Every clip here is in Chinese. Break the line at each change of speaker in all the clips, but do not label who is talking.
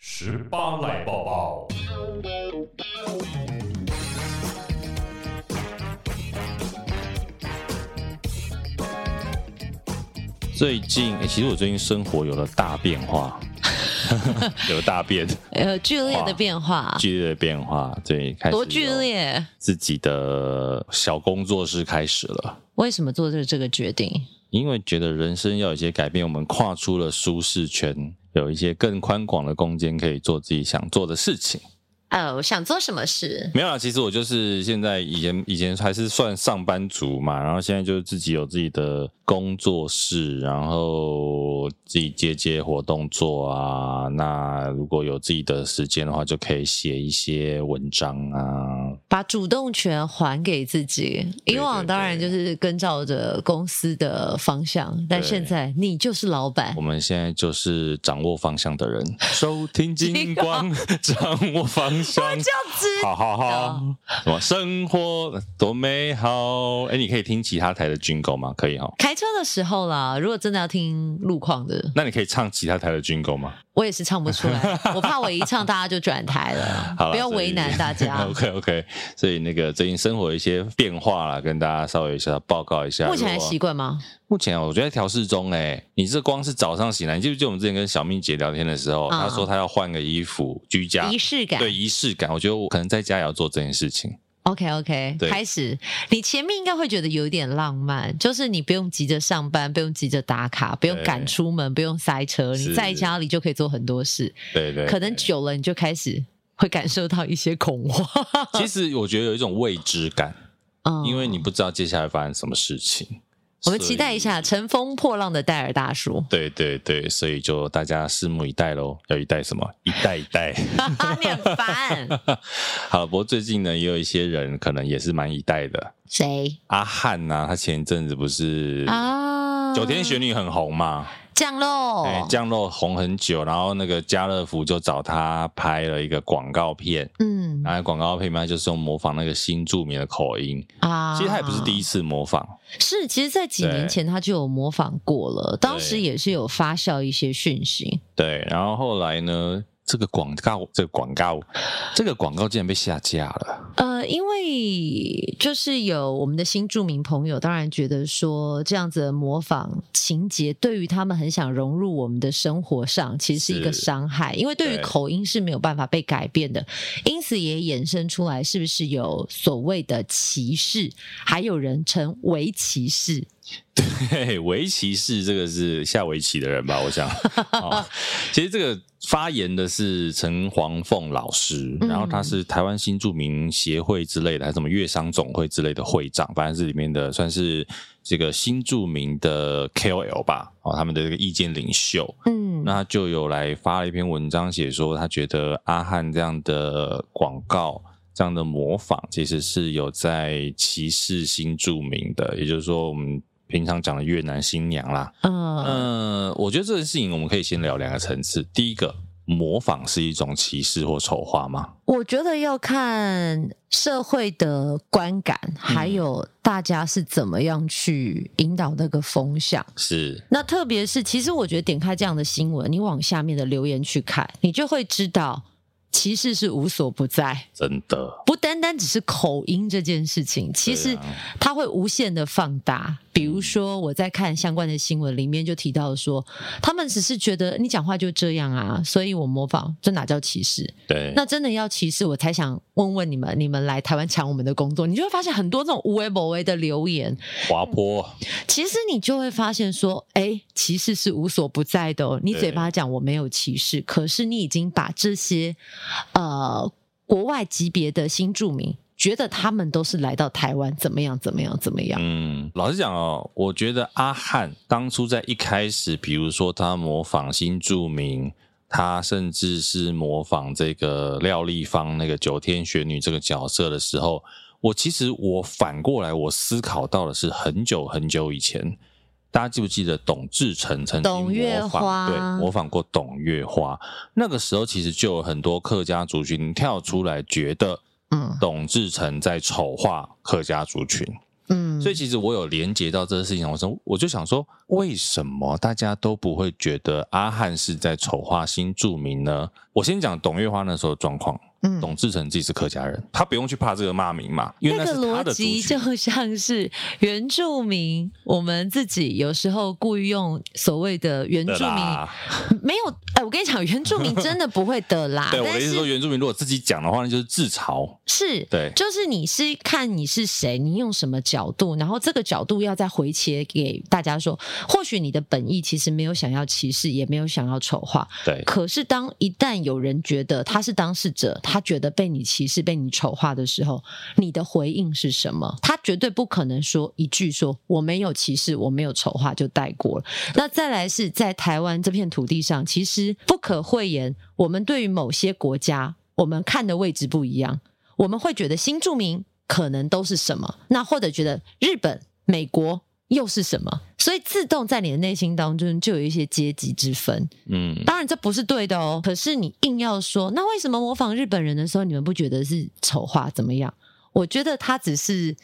十八来抱抱。最近、诶其实我最近生活有了大变 化，有大变
呃，剧烈的变化，
剧烈的变化，对，开始
多剧烈！
自己的小工作室开始了。
为什么做这这个决定？
因为觉得人生要有一些改变，我们跨出了舒适圈，有一些更宽广的空间可以做自己想做的事情。
哦，想做什么事？
没有啦，其实我就是现在以前以前还是算上班族嘛，然后现在就是自己有自己的工作室，然后自己接接活动做啊。那如果有自己的时间的话，就可以写一些文章啊，
把主动权还给自己。
对
以往当然就是跟照着公司的方向，但现在你就是老板
我。们现在就是掌握方向的人，收听金光，掌握方向。
知
好好好，什么生活多美好？哎，你可以听其他台的军狗吗？可以哈。
开车的时候啦，如果真的要听路况的，
那你可以唱其他台的军狗吗？
我也是唱不 出来，我怕我一唱大家就转台了，
好啦
不要为难 大家。
OK OK，所以那个最近生活有一些变化啦，跟大家稍微一下报告一下。
目前还
如果
习惯吗？
目前啊我觉得调试中哎、你这光是早上醒来，你记不记得我们之前跟小蜜姐聊天的时候，
嗯
她说她要换个衣服，居家
仪式感。
对仪式感，我觉得我可能在家也要做这件事情。
OK OK，
对
开始。你前面应该会觉得有点浪漫，就是你不用急着上班，不用急着打卡，不用
对
赶出门，不用塞车，
是
你在家里就可以做很多事。
对对，
可能久了，你就开始会感受到一些恐慌，
其实我觉得有一种未知感，
嗯
因为你不知道接下来发生什么事情。
我们期待一
所
下
以。。
乘风破浪的戴尔大叔
对对对，所以就大家拭目以待喽。要一代什么？一代一代。
你很烦
好了，不过最近呢，也有一些人可能也是蛮一代的。
谁
阿汉啊呐、他前一阵子不是
啊？哦
九天玄女很红嘛？
降
哎、
喽，
酱肉红很久，然后那个家乐福就找他拍了一个广告片，
嗯
然后广告片嘛就是用模仿那个新著名的口音，
啊
其实他也不是第一次模仿，
是，其实，在几年
对
前他就有模仿过了，当时
对
也是有发酵一些讯息。
对，然后后来呢，这个广告，这个广告，这个广告竟然被下架了。
呃，因为就是有我们的新著名朋友，当然觉得说这样子的模仿情节，对于他们很想融入我们的生活上，其实是一个
是
伤害，因为对于
对
口音是没有办法被改变的，因此也衍生出来是不是有所谓的歧视，还有人称为歧视，
对，围棋是这个是下围棋的人吧？我想，哦、其实这个发言的是陈黄凤老师，
嗯
然后他是台湾新著名协会之类的，还是什么乐商总会之类的会长，反正是里面的算是这个新著名的 KOL 吧，哦，他们的这个意见领袖。
嗯
那他就有来发了一篇文章，写说他觉得阿汉这样的广告、这样的模仿，其实是有在歧视新住民的，也就是说我们。平常讲的越南新娘啦，
嗯
嗯、我觉得这件事情我们可以先聊两个层次。第一个，模仿是一种歧视或丑化吗？
我觉得要看社会的观感，还有大家是怎么样去引导那个风向。
是，
那特别是，其实我觉得点开这样的新闻，你往下面的留言去看，你就会知道，歧视是无所不在，
真的。
不单单只是口音这件事情，其实
对啊嗯
它会无限的放大。比如说，我在看相关的新闻里面就提到说，他们只是觉得你讲话就这样啊，所以我模仿，这哪叫歧视？
对，
那真的要歧视，我才想问问你们，你们来台湾抢我们的工作，你就会发现很多这种无为不为的留言，
滑坡，
其实你就会发现说，哎，歧视是无所不在的、哦。你
对
嘴巴讲我没有歧视，可是你已经把这些呃国外级别的新住民，觉得他们都是来到台湾怎么样怎么样怎么样。
嗯，老实讲哦，我觉得阿汉当初在一开始，比如说他模仿新著名，他甚至是模仿这个廖丽芳那个九天玄女这个角色的时候，我其实我反过来我思考到的是很久很久以前。大家记不记得董志成曾经
董月
模
花
仿对模仿过董月花？那个时候其实就有很多客家族群跳出来，觉得
嗯
董志成在丑化客家族群。
嗯，
所以其实我有连接到这个事情，我说我就想说，为什么大家都不会觉得阿汉是在丑化新住民呢？我先讲董月花那时候的状况，
嗯
董志成自己是客家人，他不用去怕这个骂名嘛，因为
那
是
个
他
逻
的族
辑
群。
就像是原住民，我们自己有时候故意用所谓的原
的
住民
啦，
没有，哎、我跟你讲，原住民真的不会的啦。
对我的
但
意思
是
是说，原住民如果自己讲的话，那就是自嘲。
是，
对
就是你是看你是谁，你用什么角度，然后这个角度要再回切给大家说，或许你的本意其实没有想要歧视，也没有想要丑化，
对，
可是当一旦有人觉得他是当事者，他觉得被你歧视、被你丑化的时候，你的回应是什么？他绝对不可能说一句说我没有歧视，我没有丑化就带过了。那再来是在台湾这片土地上，其实不可讳言，我们对于某些国家，我们看的位置不一样，我们会觉得新住民可能都是什么，那或者觉得日本、美国。又是什么？所以自动在你的内心当中就有一些阶级之分。
嗯，
当然这不是对的哦，可是你硬要说，那为什么模仿日本人的时候，你们不觉得是丑化怎么样？我觉得他只是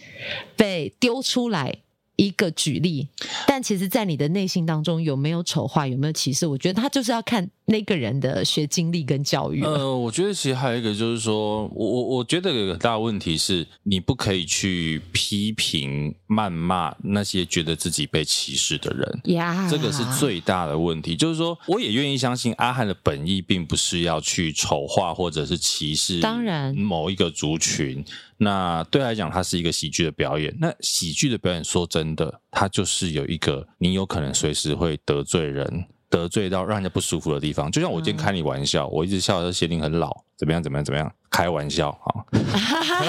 被丢出来一个举例，但其实，在你的内心当中有没有丑化，有没有歧视？我觉得他就是要看那个人的学经历跟教育了。
呃，我觉得其实还有一个就是说，我我我觉得有个很大的问题是，你不可以去批评、谩骂那些觉得自己被歧视的人。
呀、
这个是最大的问题，就是说，我也愿意相信阿汉的本意并不是要去丑化或者是歧视，
当然
某一个族群。那对他来讲，它是一个喜剧的表演。那喜剧的表演，说真的，它就是有一个你有可能随时会得罪人，得罪到让人家不舒服的地方。就像我
嗯
今天开你玩笑，我一直笑说谢令很老，怎么样怎么样怎么样，开玩笑 啊。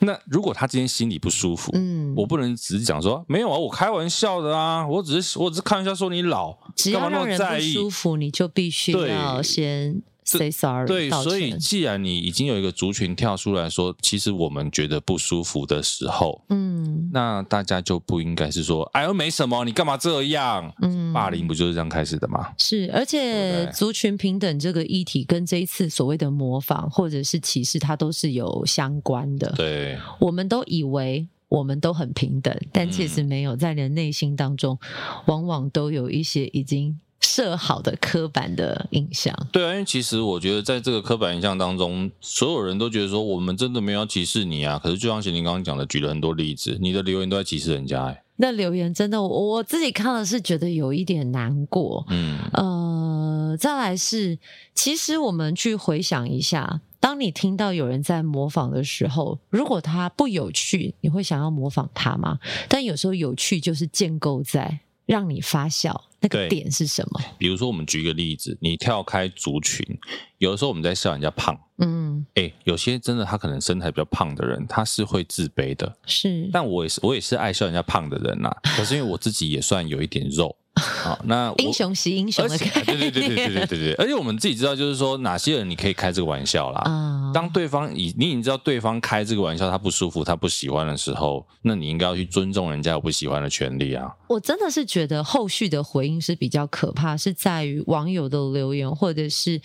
那如果他今天心里不舒服，
嗯，
我不能只是讲说没有啊，我开玩笑的啊，我只是我只是开玩笑说你老，
只
干嘛
要
那
让
么
人
在
不
意？
舒服，你就必须
对
要先 say sorry，
对，
道
所以
歉
既然你已经有一个族群跳出来说，其实我们觉得不舒服的时候，
嗯
那大家就不应该是说，哎呦没什么，你干嘛这样？
嗯，
霸凌不就是这样开始的吗？
是，而
对
且
不对
族群平等这个议题跟这一次所谓的模仿或者是歧视，它都是有相关的。
对，
我们都以为我们都很平等，但其
嗯
实没有，在你的内心当中，往往都有一些已经设好的刻板的印象。
对啊，因为其实我觉得在这个刻板印象当中，所有人都觉得说我们真的没有要歧视你啊。可是就像贤玲刚刚讲的，举了很多例子，你的留言都在歧视人家、哎，
那留言真的，我我自己看了是觉得有一点难过。
嗯，
呃，再来是，其实我们去回想一下，当你听到有人在模仿的时候，如果他不有趣，你会想要模仿他吗？但有时候有趣就是建构在让你发笑那
对
个点是什么？
比如说我们举一个例子，你跳开族群，有的时候我们在笑人家胖。
嗯，
哎、有些真的他可能身材比较胖的人，他是会自卑的。
是，
但我也是，我也是爱笑人家胖的人啦、啊 可是因为我自己也算有一点肉啊，那我
英雄惜英雄
而
的
且
概
对对
念，
对对对对对对，而且我们自己知道，就是说哪些人你可以开这个玩笑啦。
啊、
当对方已你已经知道对方开这个玩笑，他不舒服，他不喜欢的时候，那你应该要去尊重人家有不喜欢的权利啊。
我真的是觉得后续的回应是比较可怕，是在于网友的留言或者是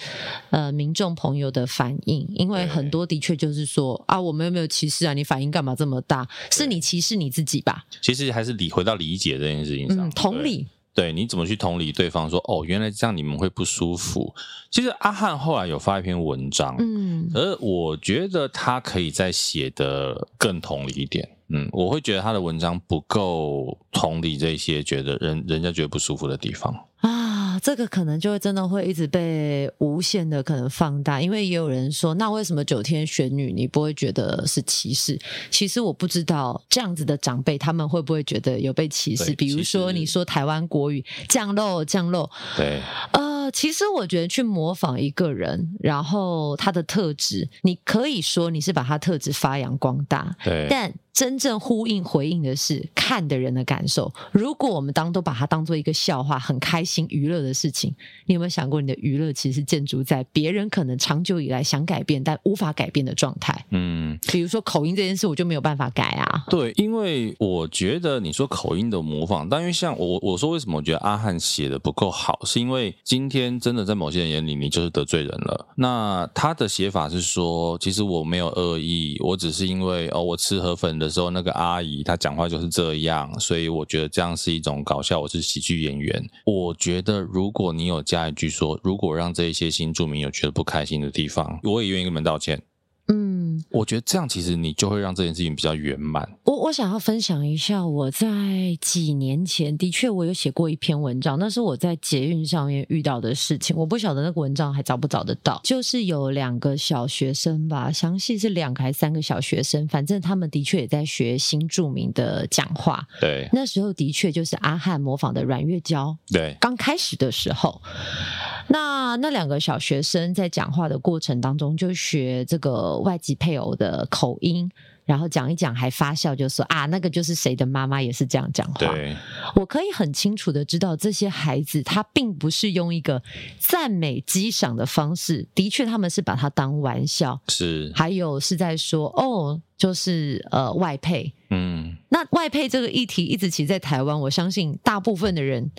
呃民众朋友的反应，因为
对
很多的确就是说啊，我们又没有歧视啊，你反应干嘛这么大？是你歧视你自己吧？
其实还是理回到理解这件事情上，
嗯，同
对
理，
对，你怎么去同理对方说哦，原来这样你们会不舒服？其实阿汉后来有发一篇文章，
嗯
而我觉得他可以再写的更同理一点。嗯，我会觉得他的文章不够同理这些觉得人人家觉得不舒服的地方。
啊，这个可能就会真的会一直被无限的可能放大，因为也有人说，那为什么九天玄女你不会觉得是歧视？其实我不知道这样子的长辈他们会不会觉得有被歧视，
对
比
其
如说
实
你说台湾国语降肉降肉，
对，
呃，其实我觉得去模仿一个人，然后他的特质，你可以说你是把他特质发扬光大，
对，
但真正呼应回应的是看的人的感受。如果我们当都把它当做一个笑话，很开心娱乐的事情，你有没有想过你的娱乐其实建筑在别人可能长久以来想改变但无法改变的状态？
嗯，
比如说口音这件事，我就没有办法改啊。
对，因为我觉得你说口音的模仿，但因为像我我说为什么我觉得阿汉写的不够好，是因为今天真的在某些人眼里，你就是得罪人了。那他的写法是说，其实我没有恶意，我只是因为哦，我吃河粉的时候，那个阿姨她讲话就是这样，所以我觉得这样是一种搞笑。我是喜剧演员，我觉得如果你有加一句说，如果让这一些新住民有觉得不开心的地方，我也愿意跟你们道歉。
嗯，
我觉得这样其实你就会让这件事情比较圆满。
我我想要分享一下，我在几年前的确我有写过一篇文章，那是我在捷运上面遇到的事情。我不晓得那个文章还找不找得到，就是有两个小学生吧，详细是两个还是三个小学生，反正他们的确也在学新著名的讲话。
对
那时候的确就是阿汉模仿的阮月娇，
对，
刚开始的时候，那那两个小学生在讲话的过程当中，就学这个外籍配偶的口音，然后讲一讲，还发笑，就说啊，那个就是谁的妈妈也是这样讲话。
对，
我可以很清楚的知道，这些孩子他并不是用一个赞美激赏的方式，的确他们是把它当玩笑，
是，
还有是在说哦，就是呃外配。
嗯，
那外配这个议题一直其实在台湾，我相信大部分的人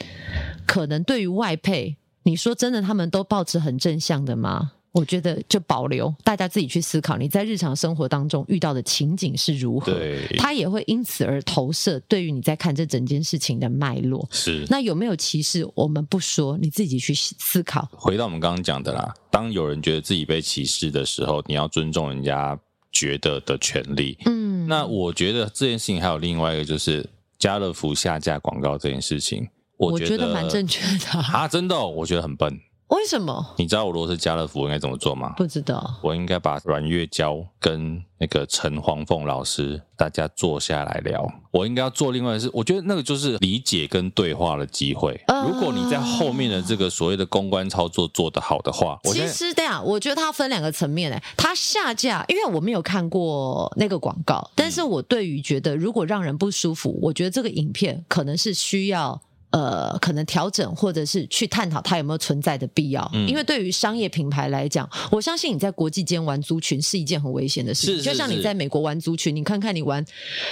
可能对于外配，你说真的，他们都抱持很正向的吗？我觉得就保留，大家自己去思考，你在日常生活当中遇到的情景是如何，
对，
它也会因此而投射对于你在看这整件事情的脉络。
是。
那有没有歧视？我们不说，你自己去思考。
回到我们刚刚讲的啦，当有人觉得自己被歧视的时候，你要尊重人家觉得的权利。
嗯，
那我觉得这件事情还有另外一个，就是家乐福下架广告这件事情，
我
觉
得蛮正确的、
啊，真的哦、我觉得很笨。
为什么？
你知道我如果是家乐福，我应该怎么做吗？
不知道。
我应该把阮月娇跟那个陈黄凤老师大家坐下来聊。我应该要做另外的事，我觉得那个就是理解跟对话的机会。
啊
如果你在后面的这个所谓的公关操作做得好的话，我
其
现在
实这样，我觉得它分两个层面诶、欸它下架，因为我没有看过那个广告，但
嗯
是我对于觉得如果让人不舒服，我觉得这个影片可能是需要。呃，可能调整或者是去探讨它有没有存在的必要，
嗯
因为对于商业品牌来讲，我相信你在国际间玩族群是一件很危险的事情。
是是
就像
是
你在美国玩族群，你看看你玩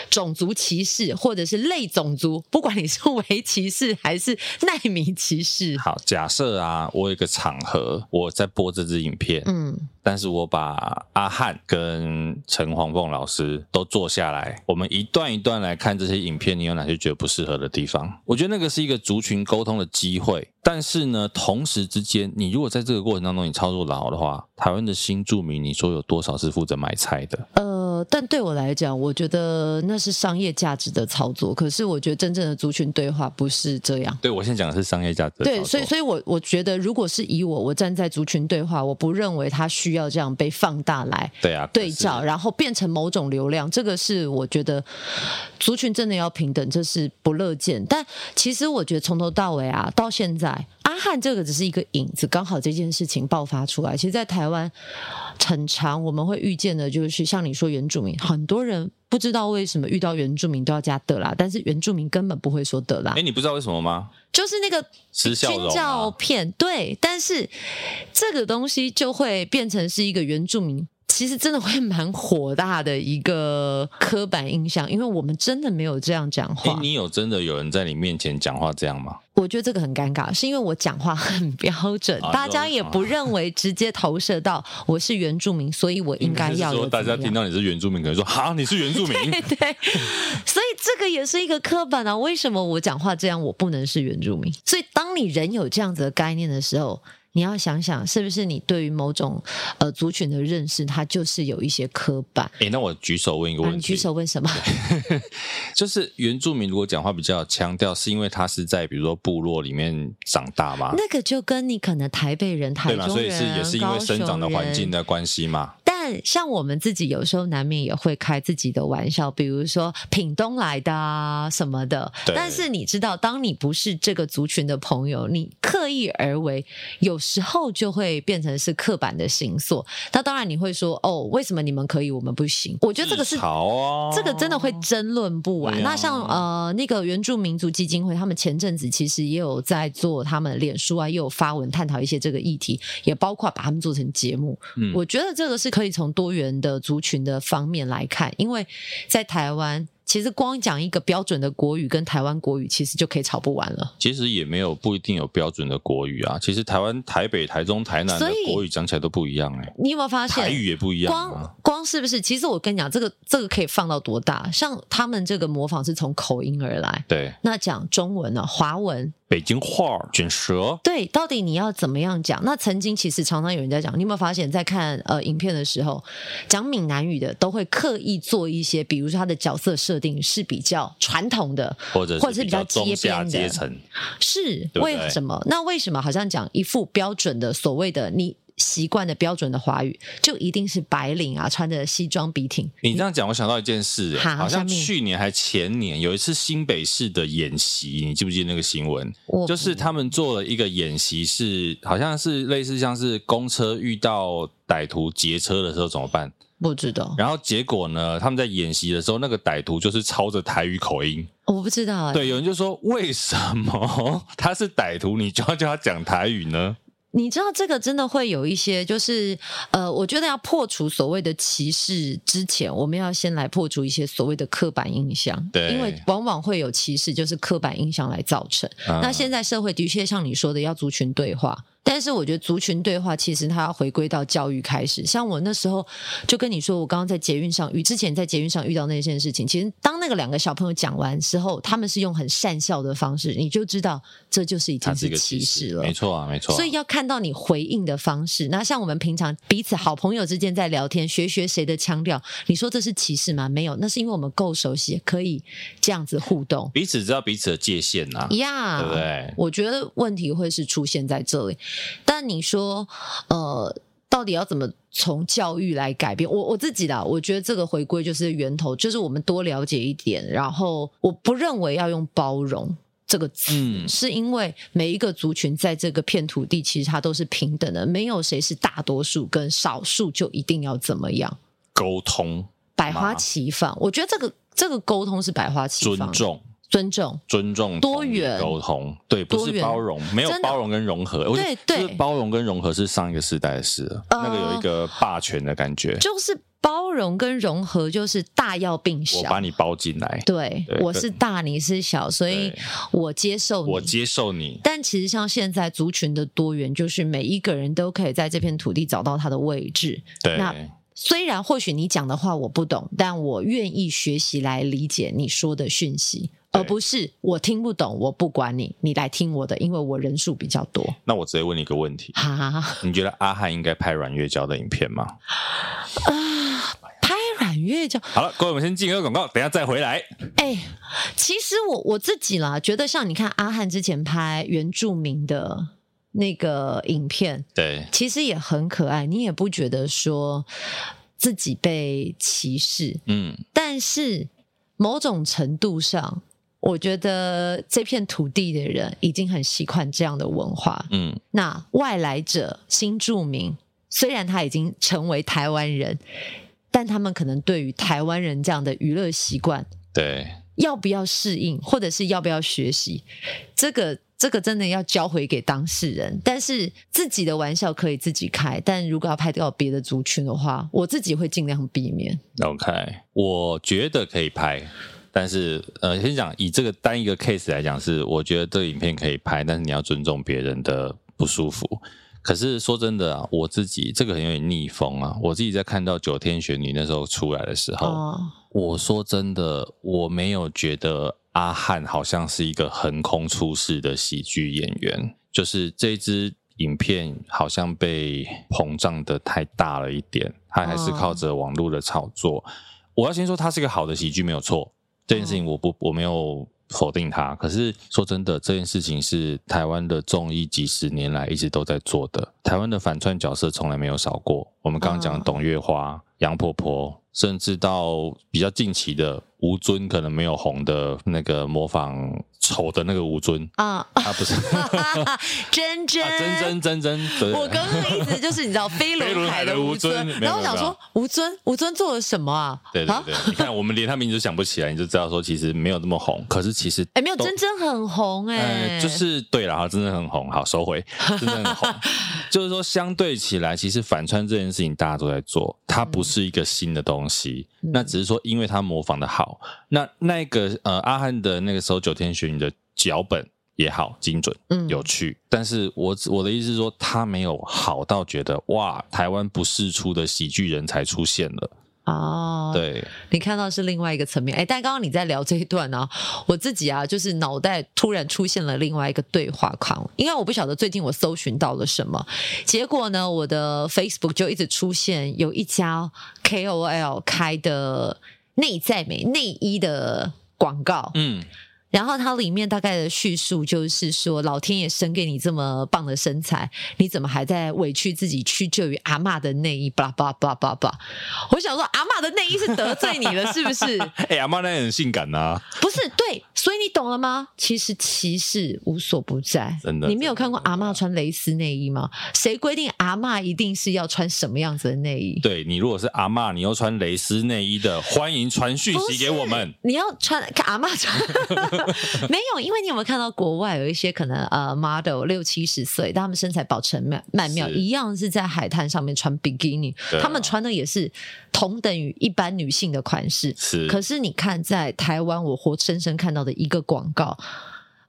种族歧视或者是类种族，不管你是围歧视还是耐米歧视，
好，假设啊，我有一个场合，我在播这支影片，
嗯，
但是我把阿汉跟陈黄凤老师都坐下来，我们一段一段来看这些影片，你有哪些觉得不适合的地方？我觉得那个是一个族群沟通的机会。但是呢，同时之间，你如果在这个过程当中你操作得好的话，台湾的新住民，你说有多少是负责买菜的？
呃，但对我来讲，我觉得那是商业价值的操作。可是我觉得真正的族群对话不是这样。
对我现在讲的是商业价值的操
对，
作，
所以所以我，我觉得，如果是以我，我站在族群对话，我不认为它需要这样被放大来
对啊，
对
可是
照，然后变成某种流量，这个是我觉得族群真的要平等，这是不乐见。但其实我觉得从头到尾啊，到现在阿汉这个只是一个影子，刚好这件事情爆发出来。其实，在台湾很长我们会遇见的就是像你说原住民，很多人不知道为什么遇到原住民都要加的啦，但是原住民根本不会说的啦
哎，，你不知道为什么吗？
就是那个
吃笑容、
军
啊、
照片，对，但是这个东西就会变成是一个原住民。其实真的会蛮火大的一个刻板印象，因为我们真的没有这样讲
哎、
话。
你有真的有人在你面前讲话这样吗？
我觉得这个很尴尬，是因为我讲话很标准，
啊
大家也不认为直接投射到我是原住民，所以我应该
是
要
说
有
大
怎
家
么样
听到你是原住民，可能说哈你是原住民，
对，所以这个也是一个刻板啊。为什么我讲话这样，我不能是原住民？所以当你人有这样子的概念的时候，你要想想，是不是你对于某种呃族群的认识，它就是有一些刻板。
哎、那我举手问一个
啊、
问
你
题，
举手问什么？
就是原住民如果讲话比较有腔调，是因为他是在比如说部落里面长大嘛，
那个就跟你可能台北人、台
对
中
嘛，
人、
所以是也是因为生长的环境
高雄人
的关系嘛。
但像我们自己有时候难免也会开自己的玩笑，比如说品东来的啊什么的
对。
但是你知道，当你不是这个族群的朋友，你刻意而为，有时候就会变成是刻板的形塑。那当然你会说，哦，为什么你们可以，我们不行？我觉得这个是
自嘲哦，
这个真的会争论不完。
对啊
那像呃那个原住民族基金会，他们前阵子其实也有在做他们脸书啊，也有发文探讨一些这个议题，也包括把他们做成节目。
嗯
我觉得这个是可以从多元的族群的方面来看，因为在台湾。其实光讲一个标准的国语跟台湾国语，其实就可以吵不完了。
其实也没有不一定有标准的国语啊。其实台湾台北、台中、台南的
所以
国语讲起来都不一样哎、
你有没有发现？
台语也不一样啊
光。光是不是？其实我跟你讲，这个这个可以放到多大？像他们这个模仿是从口音而来。
对，
那讲中文呢、华文
北京话儿卷舌，
对，到底你要怎么样讲？那曾经其实常常有人在讲，你有没有发现，在看呃影片的时候，讲闽南语的都会刻意做一些，比如说他的角色设定是比较传统的，
或者
或者
是
是
比
比
较
较
中下
街边
阶
的
层。
是
对不对
为什么？那为什么好像讲一副标准的所谓的你习惯的标准的华语，就一定是白领啊，穿着西装笔挺？
你这样讲，我想到一件事、欸，
好
好像
下面
去年还前年有一次新北市的演习，你记不记得那个新闻？
我
就是他们做了一个演习是，好像是类似像是公车遇到歹徒劫车的时候怎么办？
不知道，
然后结果呢，他们在演习的时候，那个歹徒就是操着台语口音。
我不知道、欸。
对，有人就说为什么 他是歹徒，你就要叫他讲台语呢？
你知道这个真的会有一些，就是呃，我觉得要破除所谓的歧视之前，我们要先来破除一些所谓的刻板印象，
对
因为往往会有歧视，就是刻板印象来造成。
嗯
那现在社会的确像你说的，要族群对话。但是我觉得族群对话其实它要回归到教育开始。像我那时候就跟你说，我刚刚在捷运上遇之前在捷运上遇到那件事情，其实当那个两个小朋友讲完之后，他们是用很善笑的方式，你就知道这就是已
他
经
是一
是
个
歧
歧
视
视，
了。
没错啊，没错啊。
所以要看到你回应的方式。那像我们平常彼此好朋友之间在聊天，学学谁的腔调，你说这是歧视吗？没有，那是因为我们够熟悉，可以这样子互动
彼此知道彼此的界限啊呐、
呀。
对不对？
我觉得问题会是出现在这里，但你说，呃，到底要怎么从教育来改变？我我自己啦，我觉得这个回归就是源头，就是我们多了解一点，然后我不认为要用包容这个词，
嗯
是因为每一个族群在这个片土地，其实它都是平等的，没有谁是大多数跟少数就一定要怎么样，
沟通、
百花齐放。我觉得这个这个沟通是百花齐
尊
放，
重、
尊重。
尊重、
多
同理
元
沟通，对，不
多
是
元
包容，没有
真的
包容跟融合。我觉得
对
就是
对
包容跟融合是上一个时代的事了，
呃
那个有一个霸权的感觉，
就是包容跟融合，就是啊大要并
我把
小。
你包进来，
对
对，
我是大，你是小，所以
对
我接受你。
我接受你，
但其实像现在族群的多元，就是每一个人都可以在这片土地找到他的位置。
对，
那虽然或许你讲的话我不懂，但我愿意学习来理解你说的讯息，
对
而不是我听不懂，我不管你，你来听我的，因为我人数比较多。
那我直接问你一个问题，
哈哈哈
你觉得阿汉应该拍阮月娇的影片吗？
啊！拍软月就
好了，各位，我们先进一个广告，等一下再回来。
哎、其实我我自己啦，觉得像你看阿汉之前拍原住民的那个影片，
对，
其实也很可爱，你也不觉得说自己被歧视，
嗯，
但是某种程度上，我觉得这片土地的人已经很习惯这样的文化。
嗯，
那外来者、新住民，虽然他已经成为台湾人，但他们可能对于台湾人这样的娱乐习惯
对，
要不要适应，或者是要不要学习，这个这个真的要交回给当事人。但是自己的玩笑可以自己开，但如果要拍到别的族群的话，我自己会尽量避免。
OK，我觉得可以拍，但是呃，先讲以这个单一个 case 来讲是，我觉得这个影片可以拍，但是你要尊重别人的不舒服。可是说真的啊，我自己这个很有点逆风啊。我自己在看到九天玄女那时候出来的时候，
哦，
我说真的，我没有觉得阿汉好像是一个横空出世的喜剧演员，就是这一支影片好像被膨胀的太大了一点，他还是靠着网络的炒作。我要先说，他是一个好的喜剧，没有错，这件事情我不我没有否定他。可是说真的，这件事情是台湾的综艺几十年来一直都在做的，台湾的反串角色从来没有少过。我们刚刚讲
嗯
董月花、杨婆婆，甚至到比较近期的吴尊，可能没有红的那个模仿丑的那个吴尊，
啊，
他 不是啊，
真真、
真真真真，对，
我刚刚的意思就是，你知道
飞
飞轮
轮
海
海
的
的
吴
吴尊
尊，
没有
然后我
没有
想
没有
说，吴尊，吴尊做了什么啊？
对对
啊，
对，你看我们连他名字都想不起来，你就知道说其实没有那么红，可是其实
哎，没有，
都
真真很红哎，
呃，就是对了哈，真的很红，好收回，真的很 红。就是说，相对起来，其实反串这件事情大家都在做，它不是一个新的东西，
嗯
那只是说因为它模仿的好，那那个呃阿汉的那个时候九天玄女的脚本也好精准
嗯
有趣，但是我只我的意思是说，它没有好到觉得哇，台湾不世出的喜剧人才出现了，
哦，
对，
你看到是另外一个层面。哎，但刚刚你在聊这一段呢、我自己啊，就是脑袋突然出现了另外一个对话框，因为我不晓得最近我搜寻到了什么，结果呢，我的 Facebook 就一直出现有一家 KOL 开的内在美内衣的广告，
嗯，
然后它里面大概的叙述就是说，老天爷生给你这么棒的身材，你怎么还在委屈自己屈就于阿嬷的内衣？巴拉巴拉巴拉巴拉巴拉。我想说，阿嬷的内衣是得罪你了，是不是？
哎、阿妈那也很性感呐、
不是，对，所以你懂了吗？其实歧视无所不在，
真的
你没有看过阿嬷穿蕾丝内衣吗？谁规定阿嬷一定是要穿什么样子的内衣？
对你如果是阿嬷，你又穿蕾丝内衣的，欢迎传讯息给我们。
你要穿看阿妈穿， 没有，因为你有没有看到国外有一些可能呃 model 六七十岁，但他们身材保持曼曼妙，
是
一样是在海滩上面穿比基尼，
对啊
他们穿的也是同等于一般女性的款式。
是，
可是你看，在台湾，我活生生看到的一个广告，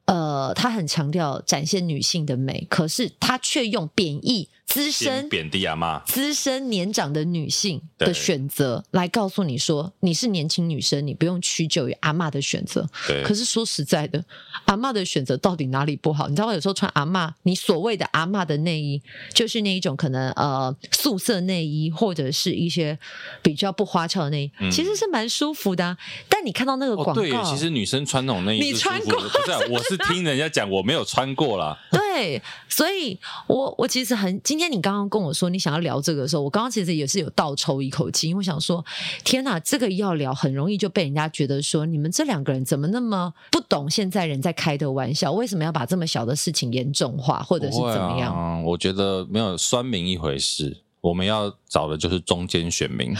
呃，他很强调展现女性的美，可是他却用贬义资
先
深
贬低阿妈，
资深年长的女性的
对
选择来告诉你说，你是年轻女生，你不用屈就于阿嬷的选择。
对，
可是说实在的，阿嬷的选择到底哪里不好？你知道吗？有时候穿阿嬷，你所谓的阿嬷的内衣，就是那一种可能呃素色内衣，或者是一些比较不花俏的内衣，
嗯
其实是蛮舒服的啊、但你看到那个广
哦，
告，啊
对耶，其实女生穿那种内衣
你
是舒
穿
服
过
的不是啊、我是听人家讲，我没有穿过啦。
对，所以我我其实很，今天你刚刚跟我说你想要聊这个的时候，我刚刚其实也是有倒抽一口气，因为我想说，天哪，这个要聊很容易就被人家觉得说你们这两个人怎么那么不懂现在人在开的玩笑，为什么要把这么小的事情严重化，或者是
不会
怎么样？
啊？我觉得没有酸民一回事，我们要找的就是中间选 民，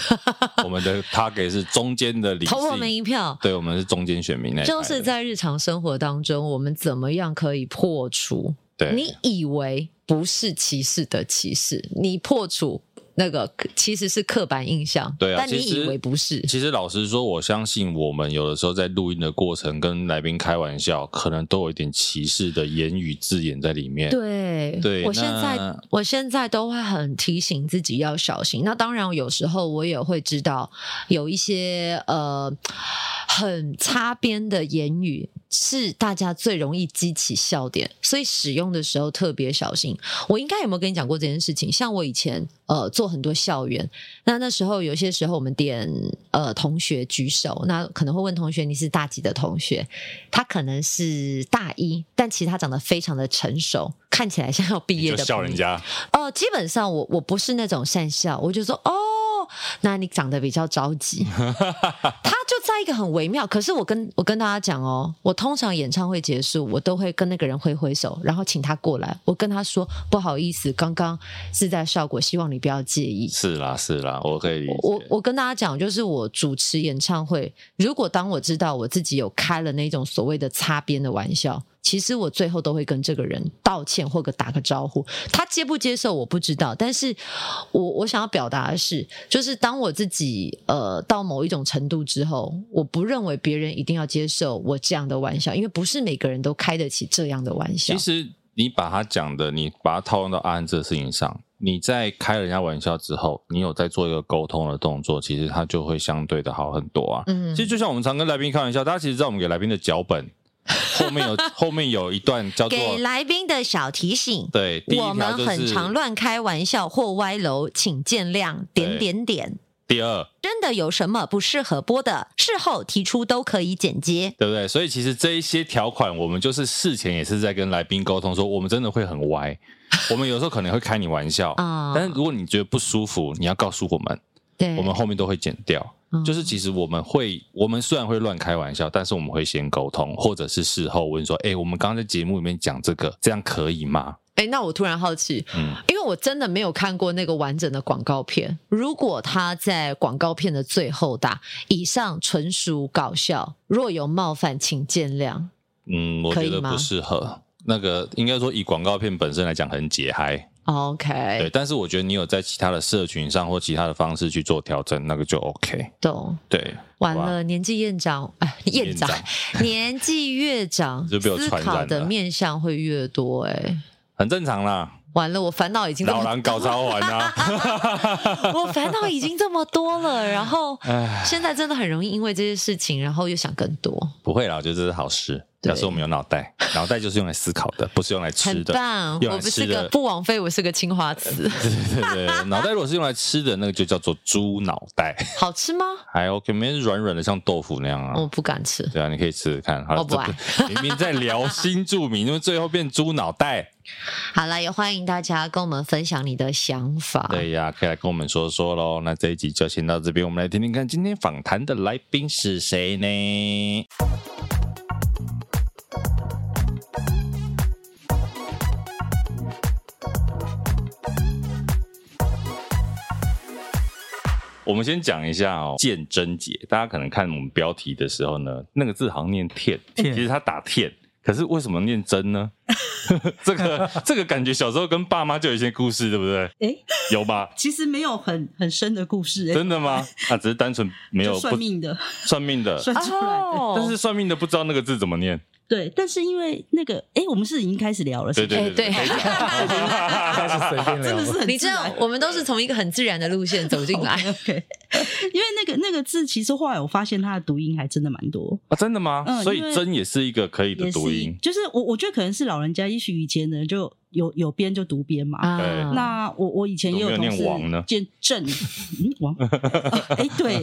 我们的 target 是中间啊的理
投我们
性，
一票。
对，我们是中间选民那一派的，
就是在日常生活当中，我们怎么样可以破除
对
你以为不是歧视的歧视？你破除那个其实是刻板印象，
对啊，
但你
其实
以为不是，
其实老实说，我相信我们有的时候在录音的过程跟来宾开玩笑，可能都有一点歧视的言语字眼在里面。
对，
对
我现在
那
我现在都会很提醒自己要小心。那当然，有时候我也会知道有一些呃很擦边的言语是大家最容易激起笑点，所以使用的时候特别小心。我应该有没有跟你讲过这件事情？像我以前呃做很多校园，那那时候有些时候我们点呃同学举手，那可能会问同学你是大几的同学，他可能是大一，但其实他长得非常的成熟，看起来像要毕业
就
的。
笑人。家，
哦，基本上我我不是那种善笑，我就说哦，那你长得比较着急。他就在一个很微妙，可是我跟我跟大家讲哦，我通常演唱会结束，我都会跟那个人挥挥手，然后请他过来，我跟他说不好意思，刚刚是在效果，希望你不要介意。
是啦是啦，我可以理解。
我我跟大家讲，就是我主持演唱会，如果当我知道我自己有开了那种所谓的擦边的玩笑，其实我最后都会跟这个人道歉或者打个招呼。他接不接受我不知道，但是我我想要表达的是，就是当我自己呃到某一种程度之后，我不认为别人一定要接受我这样的玩笑，因为不是每个人都开得起这样的玩笑
其。实你把他讲的，你把它套用到阿安这个事情上，你在开人家玩笑之后，你有在做一个沟通的动作，其实他就会相对的好很多啊。
嗯
其实就像我们常跟来宾开玩笑，大家其实知道我们给来宾的脚本后面 有后面有一段叫做
给来宾的小提醒。
对，第一
我
条
们
就
很
是
常乱开玩笑或歪楼，请见谅。点
对
点点，
第二，
真的有什么不适合播的，事后提出都可以剪接。
对不对？所以其实这一些条款，我们就是事前也是在跟来宾沟通说，我们真的会很歪，我们有时候可能会开你玩笑，
啊
但是如果你觉得不舒服，你要告诉我们，
对
我们后面都会剪掉。
嗯
就是其实我们会，我们虽然会乱开玩笑，但是我们会先沟通，或者是事后问说：“哎、我们刚刚在节目里面讲这个，这样可以吗
哎、那我突然好奇，？”
嗯，
因为我真的没有看过那个完整的广告片。如果他在广告片的最后打“以上纯属搞笑，若有冒犯，请见谅
嗯，我
可
觉
以
得
吗
不适合。那个应该说，以广告片本身来讲，很解嗨。”
哦，OK。
对，但是我觉得你有在其他的社群上或其他的方式去做调整，那个就 OK。
懂。
对，
完
好吧
了，年纪越长， 哎，越长，
院
年纪越 长，
就被我
思
传染
考的
了
面向会越多、哎，
很正常啦，
完了，我烦恼已经 这
老
么，
狼搞超完 啊。
我烦恼已经这么多 了，然后
哎，
现在真的很容易因为这些事情，然后又想更多，
不会啦，我觉得这是好事，
对
表示我们有脑袋，脑袋就是用来思考的，不是用来吃
很
的。
棒。
用来
我不是
吃的呃
个不枉费，我是个青花瓷，
对对对，脑袋如果是用来吃的，那个就叫做猪脑袋，
好吃吗？
还 OK，没人软软的，像豆腐那样啊。
我不敢吃。
对啊，你可以试试看。好了
哦我不啊爱
这不明明在聊新著 名，因为最后变猪脑袋。
好了，也欢迎大家跟我们分享你的想法。
对呀、可以来跟我们说说喽。那这一集就先到这边，我们来听听看今天访谈的来宾是谁呢？我们先讲一下哦，鉴真姐，大家可能看我们标题的时候呢，那个字好像念“天”，
天
其实他打“天”，可是为什么念“真”呢？ 这个这个感觉小时候跟爸妈就有一些故事，对不对？
诶
有吧？
其实没有很很深的故 事、欸，
真的吗？啊，只是单纯没有
就算命的
不算命的，
算出来的。
哦
但是算命的不知道那个字怎么念。
对，但是因为那个，哎、我们是已经开始聊了，
对
是不是
对对，
哎
可以讲
开始啊随便聊
真的是
了。
很
你知道
自，然
我们都是从一个很自然的路线走 进来。
OK，因为那个那个字，其实后来我发现它的读音还真的蛮多，
啊，真的吗？
嗯
所以
因为
“真”也是一个可以的
也是
读音，
就是我我觉得可能是老人家，也许以前的人就有有编就读编嘛。
啊
对
哦那我我以前也
有没有
同事
念王呢
见 郑，嗯王， 哎、对，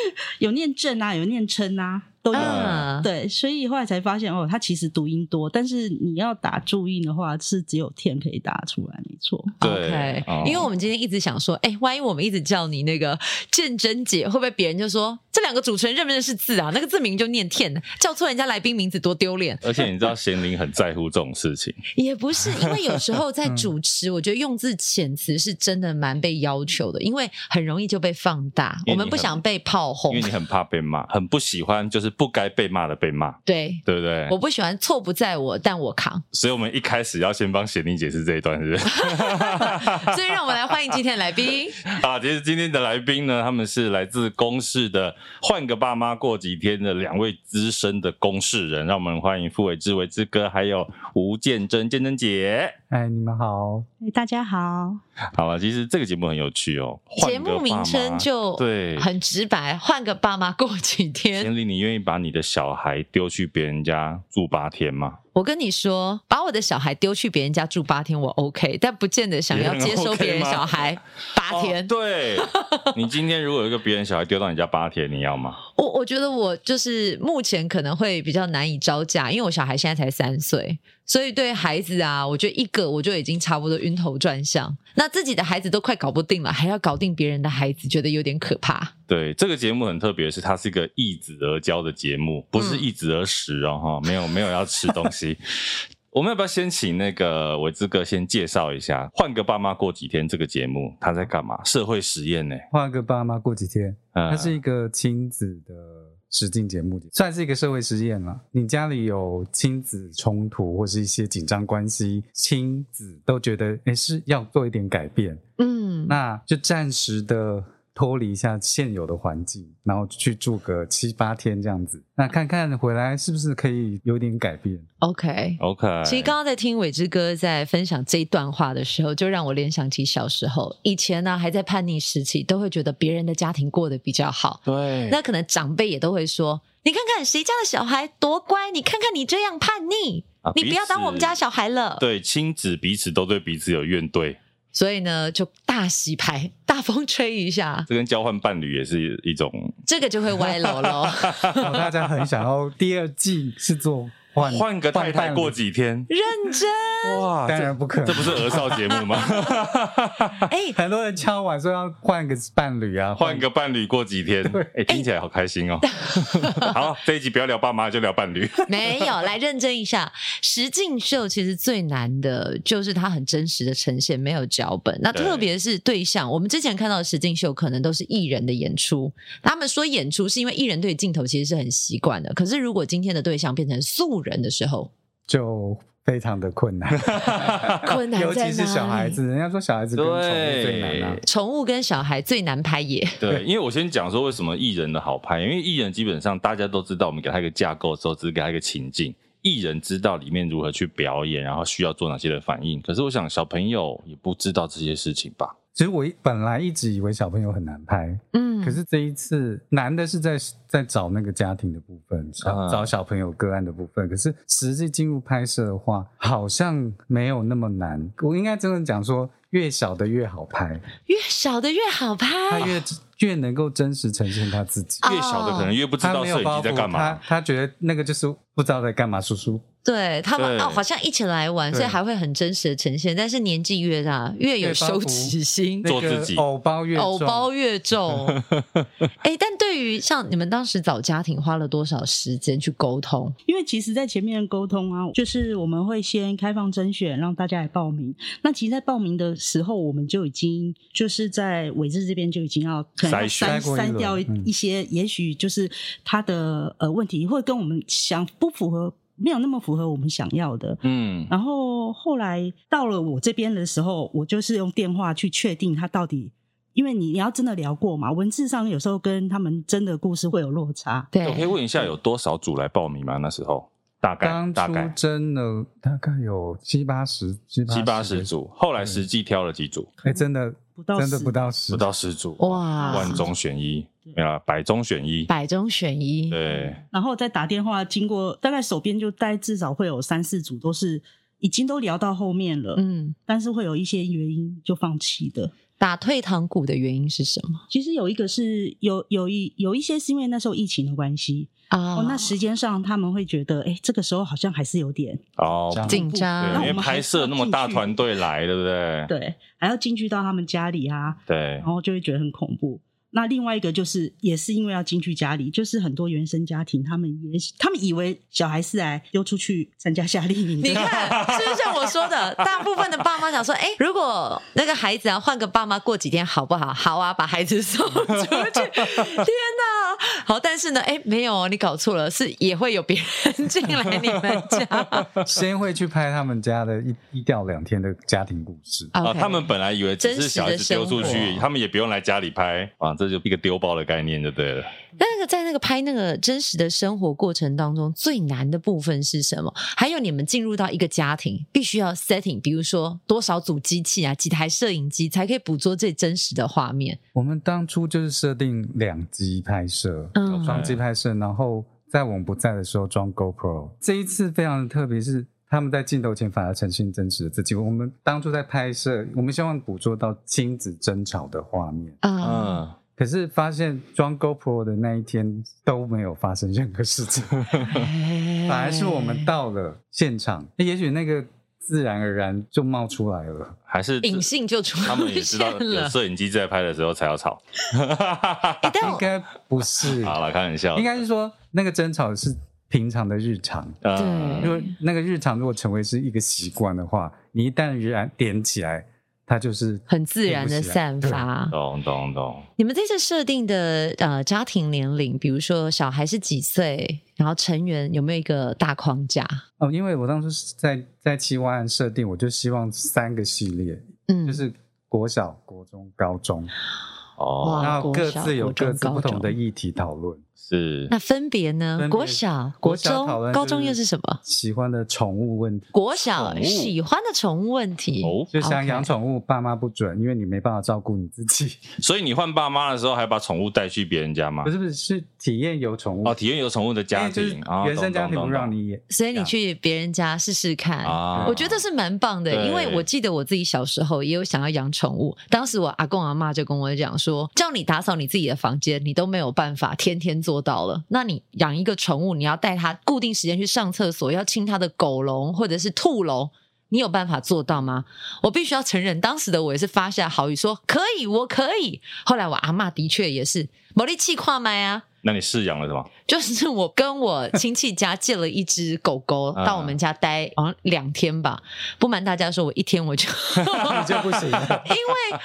有念郑啊，有念琛啊，都有。
啊，
对，所以后来才发现哦，它其实读音多，但是你要打注音的话，是只有天可以打出来，没错。
对
OK，、，
哦
因为我们今天一直想说，哎、万一我们一直叫你那个鉴真姐，会不会别人就说这两个主持人认不认识字啊？那个字名就念天，叫错人家来宾名字多丢脸。
而且你知道贤玲很在乎这种事 情，
也不是，因为有时候在 主持，我觉得用字遣词是真的蛮被要求的，因为很容易就被放大，
因为你
我们不想被炮
哦
因为
轰
你。很怕被骂，很不喜欢就是不该被骂的被骂，
对，
对不对
我？不喜欢错不在我，但 我扛。
所以我们一开始要先帮贤玲解释这一段，是不 是？
所以让我们来欢迎今天的来宾。
啊，其实今天的来宾呢，他们是来自公视的“换个爸妈过几天”的两位资深的公视人，让我们欢迎傅伟志、伟志哥，还有吴建真、建真姐。
哎，你们好，
哎，大家好，
好了，其实这个节目很有趣哦，
节
换个
目
爸妈
名称就
对。
很直白，换个爸妈过几天。
贤玲，你愿意把你的小孩丢去别人家住八天吗？
我跟你说，把我的小孩丢去别人家住八天，我 OK，但不见得想要接收别人小 孩八天。
哦 对，你今天如果有一个别人小孩丢到你家八天，你要吗？
我我觉得我就是目前可能会比较难以招架，因为我小孩现在才三岁，所以对孩子啊，我觉得一个我就已经差不多晕头转向。那自己的孩子都快搞不定了，还要搞定别人的孩子，觉得有点可怕。
对，这个节目很特别，是它是一个易子而教的节
嗯
目，不是易子而食哦，哈、没有没有要吃东 西。我们要不要先请那个伟志哥先介绍一下《换个爸妈过几天》这个节目，他在干嘛？社会实验呢、
换个爸妈过几天，
嗯，
它是一个亲子的实境节目，算是一个社会实验了。你家里有亲子冲突或是一些紧张关系，亲子都觉得哎是要做一点改变，
嗯，
那就暂时的脱离一下现有的环境，然后去住个七八天这样子，那看看回来是不是可以有点改变。
OK。
OK。
其实刚刚在听伟之哥在分享这一段话的时候，就让我联想起小时候，以前呢、还在叛逆时期，都会觉得别人的家庭过得比较好，
对，
那可能长辈也都会说：“你看看谁家的小孩多乖，你看看你这样叛逆，
啊
你不要当我们家小孩了。”
对亲子彼此都对彼此有怨怼，
所以呢，就大洗牌，大风吹一下，
这跟交换伴侣也是一种
这个就会歪楼喽。
哦然后大家很想要第二季是做换
换个太太
伴侣
过几天，
认真。
哇，
当然
这
不可
这不。
能
是儿少节目吗？
哎、
很多人敲碗说要换个伴侣啊，
换个伴侣过几天，哎，听起来好开心哦。
哎
好，这一集不要聊爸妈，就聊伴 侣。
没有，来认真一下。实境秀其实最难的就是它很真实的呈现，没有脚本。那
对
特别是对象，我们之前看到的实境秀可能都是艺人的演出。他们说演出是因为艺人对镜头其实是很习惯的，可是如果今天的对象变成素人的时 候，
就非常的困难，
困难
尤
在
其是小孩子，人家说小孩子跟宠物最难啊
对。
宠物跟小孩最难拍野，
对，因为我先讲说为什么艺人的好拍，因为艺人基本上大家都知道，我们给他一个架构之后，只是给他一个情境，艺人知道里面如何去表演，然后需要做哪些的反应。可是我想小朋友也不知道这些事情吧？
其实我一本来一直以为小朋友很难拍，
嗯，
可是这一次难的是在在找那个家庭的部分，
啊
找找小朋友个案的部分。可是实际进入拍摄的话，好像没有那么难。我应该真的讲说，越小的越好拍，
越小的越好
他
拍。
越越能够真实呈现他自己。
啊
越小的可能越不知
哦他
道
没有
摄影
包
机在
袱，
干嘛
他。他觉得那个就是不知道在干嘛，叔叔。
对他们
对
哦，好像一起来玩，
对
所以还会很真实的呈现。但是年纪越大，越有
越包
羞
袱
耻心，
嗯做自己
那个偶包越重
偶包 越重。哎、但对于像你们当时找家庭花了多少时间去沟通？
因为其实，在前面的沟通啊，就是我们会先开放甄选，让大家来报名。那其实，在报名的时候，我们就已经就是在伟志这边就已经要可能要
筛选
筛
删
过一轮
删掉
嗯
一些，也许就是他的呃问题，或者跟我们想不符合，没有那么符合我们想要的。
嗯，
然后后来到了我这边的时候，我就是用电话去确定他到底，因为你你要真的聊过嘛，文字上有时候跟他们真的故事会有落差。
对，
我可以问一下有多少组来报名吗？那时候大概
当
大
初
概
真的大概有七八十、七
七八十
个，
组，后来实际挑了几组，
哎，真的
不到
真的
十
不到十，
不 到十组，
哇
万中选一，没有啦百中选一，
百中选一，
对。
然后再打电话，经过大概手边就大概至少会有三四组，都是已经都聊到后面了，
嗯，
但是会有一些原因就放弃的。
打退堂鼓的原因是什么
其实有一个是有有一有一些是因为那时候疫情的关系，
啊
哦，那时间上他们会觉得，哎，这个时候好像还是有点
哦，
这样
紧
对，
那
因
我
张
为
们还
拍
是要
摄那么大
进去
团队来，对不对？
对，还要进去到他们家里啊，
对
然，后就会觉得很恐怖。那另外一个就是，也是因为要进去家里，就是很多原生家庭，他们也他们以为小孩是来丢出去参加夏令营的，
你看，是不是像我说的？大部分的爸妈想说，哎、如果那个孩子啊，换个爸妈过几天好不好？好啊，把孩子 送出去。天哪，好，但是呢，哎、没有哦，你搞错了，是也会有别人 进来你们家。
先会去拍他们家的一一到两天的家庭故事。
啊，
OK
他们本来以为只是小孩子丢出
真实的
去，
生活
他们也不用来家里拍啊，这就一个丢包的概念就对了。
那个在那个拍那个真实的生活过程当中，最难的部分是什么？还有你们进入到一个家庭，必须要 setting，比如说多少组机器啊，几台摄影机才可以捕捉最真实的画面？
我们当初就是设定两机拍摄，
嗯
双机拍摄，然后在我们不在的时候装 GoPro。这一次非常的特别，是他们在镜头前反而呈现真实的自己。我们当初在拍摄，我们希望捕捉到亲子争吵的画面，
啊，
嗯，
可是发现装 GoPro 的那一天都没有发生任何事情，
哎
嗯反而是我们到了现场，也许那个自然而然就冒出来了。
还是
隐性就出
他们也知
现
道有
了。
摄影机在拍的时候才要吵。
哎但
应
我
该不是，
好了，开玩笑，
应该是说那个争吵是平常的日常。
嗯
对
如果那个日常如果成为是一个习惯的话，你一旦燃点起来，它就是
很自然的
点不起来
散
对
发。
懂懂懂。
你们这次设定的呃家庭年龄，比如说小孩是几岁，然后成员有没有一个大框架？
哦，因为我当初是在在七万案设定，我就希望三个系列，
嗯，
就是国小、国中、高中，
哦
哇，
然后
国
各
小
自有
国中
各自不
高
同的
中
议题讨论。
是
那分别呢？
分别
国小、
国小
中
讨论、
高
就
中又是什么？
喜欢的宠物问题，
国小
宠物
喜欢的宠物问题，
哦，
就想
OK
养宠物，爸妈不准，因为你没办法照顾你自 己。
所以你换爸妈的时候还把宠物带去别人家吗
不？是不是，是体验有宠物
哦，体验有宠物的
因
家
为就是
庭，啊
原生
懂
家庭
懂懂
不让你也
所以你去别人家试试看。
啊
我觉得是蛮棒的，
对
因为我记得我自己小时候也有想要养宠物，当时我阿公阿妈就跟我讲说，叫你打扫你自己的房间，你都没有办法天天做到了。那你养一个宠物，你要带它固定时间去上厕所，要清它的狗笼或者是兔笼，你有办法做到吗？我必须要承认，当时的我也是发下豪语说可以，我可以。后来我阿嬷的确也是，某力气跨麦啊。
那你饲养了什么？
就是我跟我亲戚家借了一只狗狗
啊
到我们家待，好像两天吧。不瞒大家说，我一天我就
你就不行了。
因为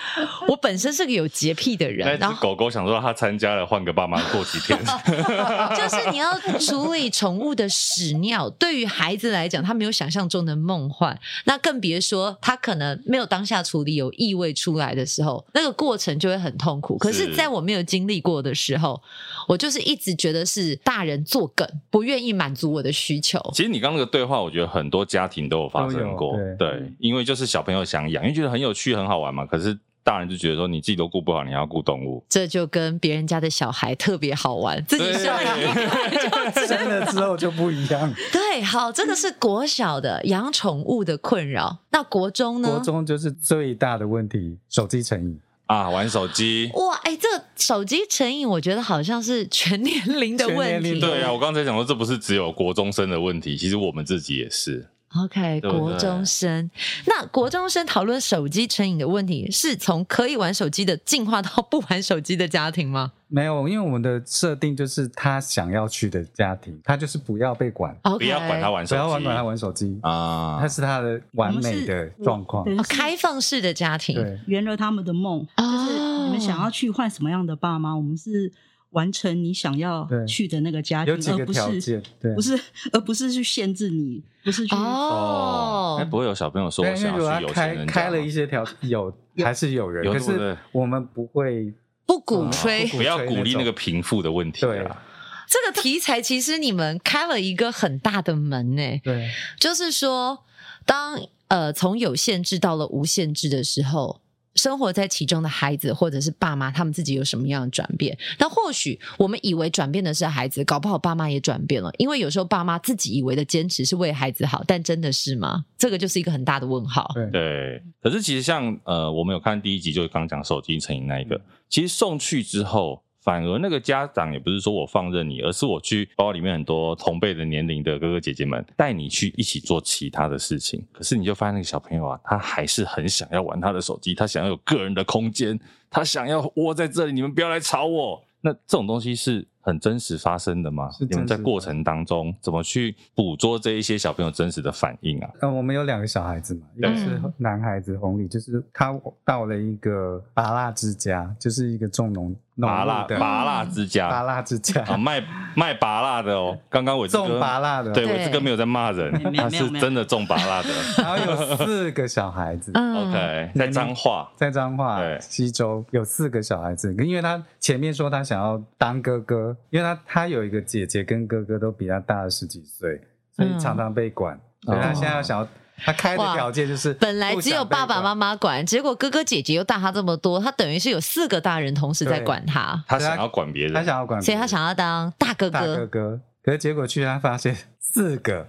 我本身是个有洁癖的
那
人，然
只
后
狗狗想说它参加了，换个爸妈过几 天。
就是你要处理宠物的屎尿，对于孩子来讲，他没有想象中的梦幻，那更别说他可能没有当下处理有异味出来的时候，那个过程就会很痛苦。可是
是
在我没有经历过的时候，我就是一直觉得是大人作梗，不愿意满足我的需求。
其实你刚刚那个对话，我觉得很多家庭都有发生过
都有，
对因为就是小朋友想养，因为觉得很有趣、很好玩嘛。可是大人就觉得说你自己都顾不好，你还要顾动物。
这就跟别人家的小孩特别好玩，自己生了一 个就知道
生了之后就不一样，
对，好，这个是国小的养宠物的困扰。那国中呢？
国中就是最大的问题，手机成瘾，
啊，玩手机。
哇，哎、这手机成瘾，我觉得好像是全年龄的问
全年
题。
龄
对啊，我刚才讲说这不是只有国中生的问题，其实我们自己也是。
OK，
对不对
国中生，那国中生讨论手机成瘾的问题，是从可以玩手机的进化到不玩手机的家庭吗
没有，因为我们的设定就是他想要去的家庭，他就是不要被管，
？OK，
不要管他玩手
不
机，
要管管他玩手机，
啊
他。是他的完美的状况。
我们
哦
是
开放式的家庭。
对，
圆了他们的梦，
哦
就是你们想要去换什么样的爸妈，我们是完成你想要
对
去的那个家庭，
有几
而
个
不
条
是
件，对
不。是而不是去限制你，不是去
哎，
哦，
不会有小朋友说
对，
我
因为
想
如果
要去
他
有钱
开
人家
开了
吗
一些条，有
有
还是有人，
有
可
对不
是
对
我们不会
不鼓吹
不
不要鼓励那
鼓吹那
个
种
贫富的问题
对
啊。
这个题材，其实你们开了一个很大的门呢、
对
就是说，当呃从有限制到了无限制的时候，生活在其中的孩子或者是爸妈，他们自己有什么样的转变？那或许我们以为转变的是孩子，搞不好爸妈也转变了，因为有时候爸妈自己以为的坚持是为孩子好，但真的是吗？这个就是一个很大的问号。
对
对，可是其实像呃，我们有看第一集，就是刚讲手机成瘾那一
嗯
个，其实送去之后，反而那个家长也不是说我放任你，而是我去包括里面很多同辈的年龄的哥哥姐姐们，带你去一起做其他的事情。可是你就发现那个小朋友啊，他还是很想要玩他的手机，他想要有个人的空间，他想要窝在这里，你们不要来吵我。那这种东西是很真实发生的吗
是？
你们
真实
在过
的
程当中怎么去捕捉这一些小朋友真实的反应啊？
呃，我们有两个小孩子嘛，一
对嗯
个是男孩子红礼，就是他到了一个拔蜡之家，就是一个重农农
麻辣
户的
麻辣之家，
拔蜡之家，
啊，卖卖拔辣的哦。刚刚伟志
种
哥，
拔蜡的，
对
对
伟志哥没有在骂人
没有，没有
他是真的种拔辣 的。
然后有四个小 孩子，
嗯
OK，
嗯
在彰化，
在彰化
对
西周有四个小孩子，因为他前面说他想要当哥哥，因为他他有一个姐姐跟哥哥都比他大了十几岁，所以
嗯
常常被管，
嗯
所以他现在要想要他开的
哇
条件就是
本来只有爸爸妈
妈，
妈管，结果哥哥姐姐又大他这么多，他等于是有四个大人同时在
对
管他，
他想要管别
他
人，
想要管别人，
所以他想要当大哥
大
哥
哥，哥，可是结果去他发现 四个，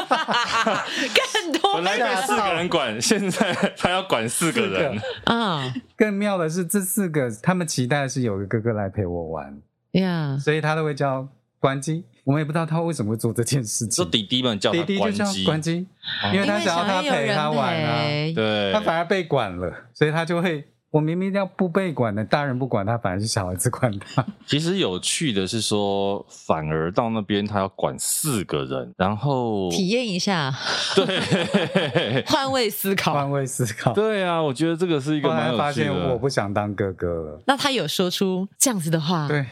更多
本来被 四个人管，现在他要管四个人
哦四。
啊
更妙的是这四个他们期待的是有个哥哥来陪我玩，
呀。
所以他都会叫关机，我们也不知道他为什么会做这件事
说
情。
弟弟们叫他
弟弟就
关
叫
机，
关机，
哦
因为他想要他陪他玩啊。
对
他，反而被管了，所以他就会，我明明要不被管的，大人不管他，反而是小孩子管 他。
其实有趣的是说，反而到那边他要管四个人，然后
体验一下，
对
换位思考。
换位思考，
对啊，我觉得这个是一个
后
蛮
来发
有趣
现我
的。
不想当哥哥了。
那他有说出这样子的话，
对，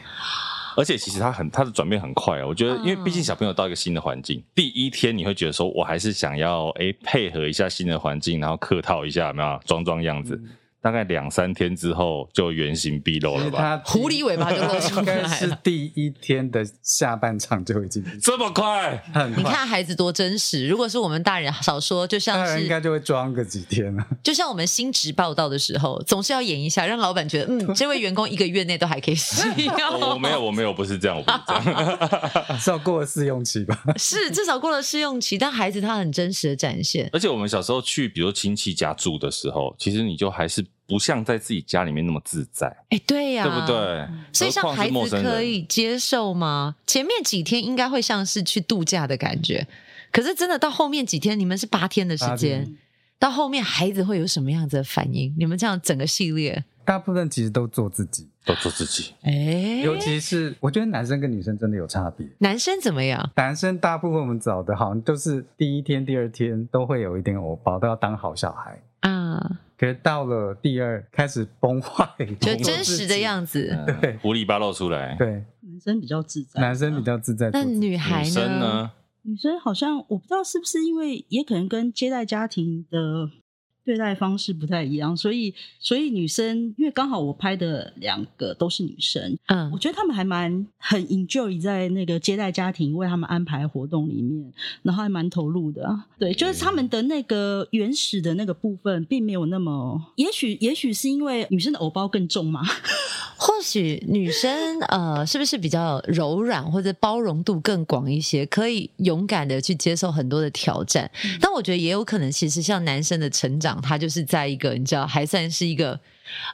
而且其实他很他的转变很快啊，我觉得，因
嗯
为毕竟小朋友到一个新的环境，第一天你会觉得说，我还是想要哎、诶配合一下新的环境，然后客套一下，有没有装装样
嗯
子？大概两三天之后就原形毕露
其
了
实
吧？
他
狐狸尾巴就露出
应
来
该是
了。
第一天的下半场就已经
这么快？
很
你
快，
看孩子多真实，如果是我们大人少说，就像
大人应该
是
就会装个几天了。
就像我们新职报道的时候，总是要演一下，让老板觉得 嗯，这位员工一个月内都还可以使
我
用。
哦我没有，我没有，不是这样，我不是这 样。
是要过了试用期吧？
是至少过了试用期，但孩子他很真实的展现。
而且我们小时候去，比如亲戚家住的时候，其实你就还是不像在自己家里面那么自在，
哎、对呀、
对不？对？
所以像
何况
孩
是陌
子
生人
可以接受吗？前面几天应该会像是去度假的感觉，可是真的到后面几天，你们是八天的时
八
间
天，
到后面孩子会有什么样子的反应？你们这样整个系列，
大部分其实都做自己，
都做自 己，
哎、
尤其是我觉得男生跟女生真的有差别。
男生怎么样？
男生大部分我们找的好像都是第一天、第二天都会有一点偶包，都要当好小孩。
啊，
可是到了第二开始崩坏，
就
崩溃
真实的样子。
对
嗯，狐狸巴露出来。
对，
男生比较自在，
男生比较自在。
那女
女
孩
生呢？
女生好像我不知道是不是因为也可能跟接待家庭的对待方式不太一样，所以所以女生因为刚好我拍的两个都是女生，我
嗯，
觉得他们还蛮很 enjoy 在那个接待家庭为他们安排活动里面，然后还蛮投入的啊。对，就是他
嗯
们的那个原始的那个部分，并没有那么，也许也许是因为女生的偶包更重嘛，
或许女生呃，是不是比较柔软或者包容度更广一些，可以勇敢的去接受很多的挑战？但我觉得也有可能，其实像男生的成长，他就是在一个你知道，还算是一个。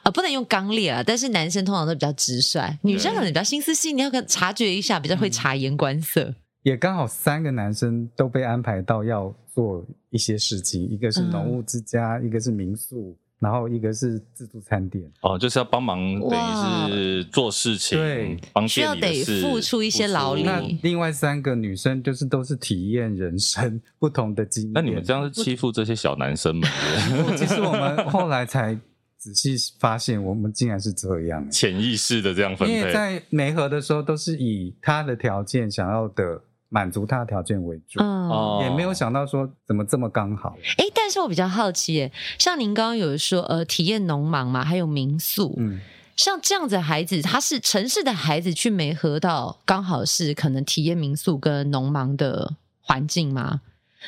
呃，不能用刚烈啊，但是男生通常都比较直率，女生可能比较心思细腻，要可察觉一下，比较会察言观色。
也刚好三个男生都被安排到要做一些事情，一个是
嗯
农务之家，一个是民宿，然后一个是自助餐店。
哦，就是要帮忙，
哇
等于是做事情，
对，
帮
需要
店里的
得
事
付出一些劳力
那
嗯
另外三个女生就是都是体验人生不同的经验。
那你们这样是欺负这些小男生 们，
其实我们后来才仔细发现，我们竟然是这样、欸
潜意识的这样分
因为
配。
在媒合的时候，都是以他的条件想要的满足他的条件为主，
嗯，
哦
也没有想到说怎么这么刚好。
诶，但是我比较好奇，耶，像您刚刚有说，呃，体验农忙嘛，还有民宿，
嗯，
像这样子的孩子，他是城市的孩子去没合到，刚好是可能体验民宿跟农忙的环境吗？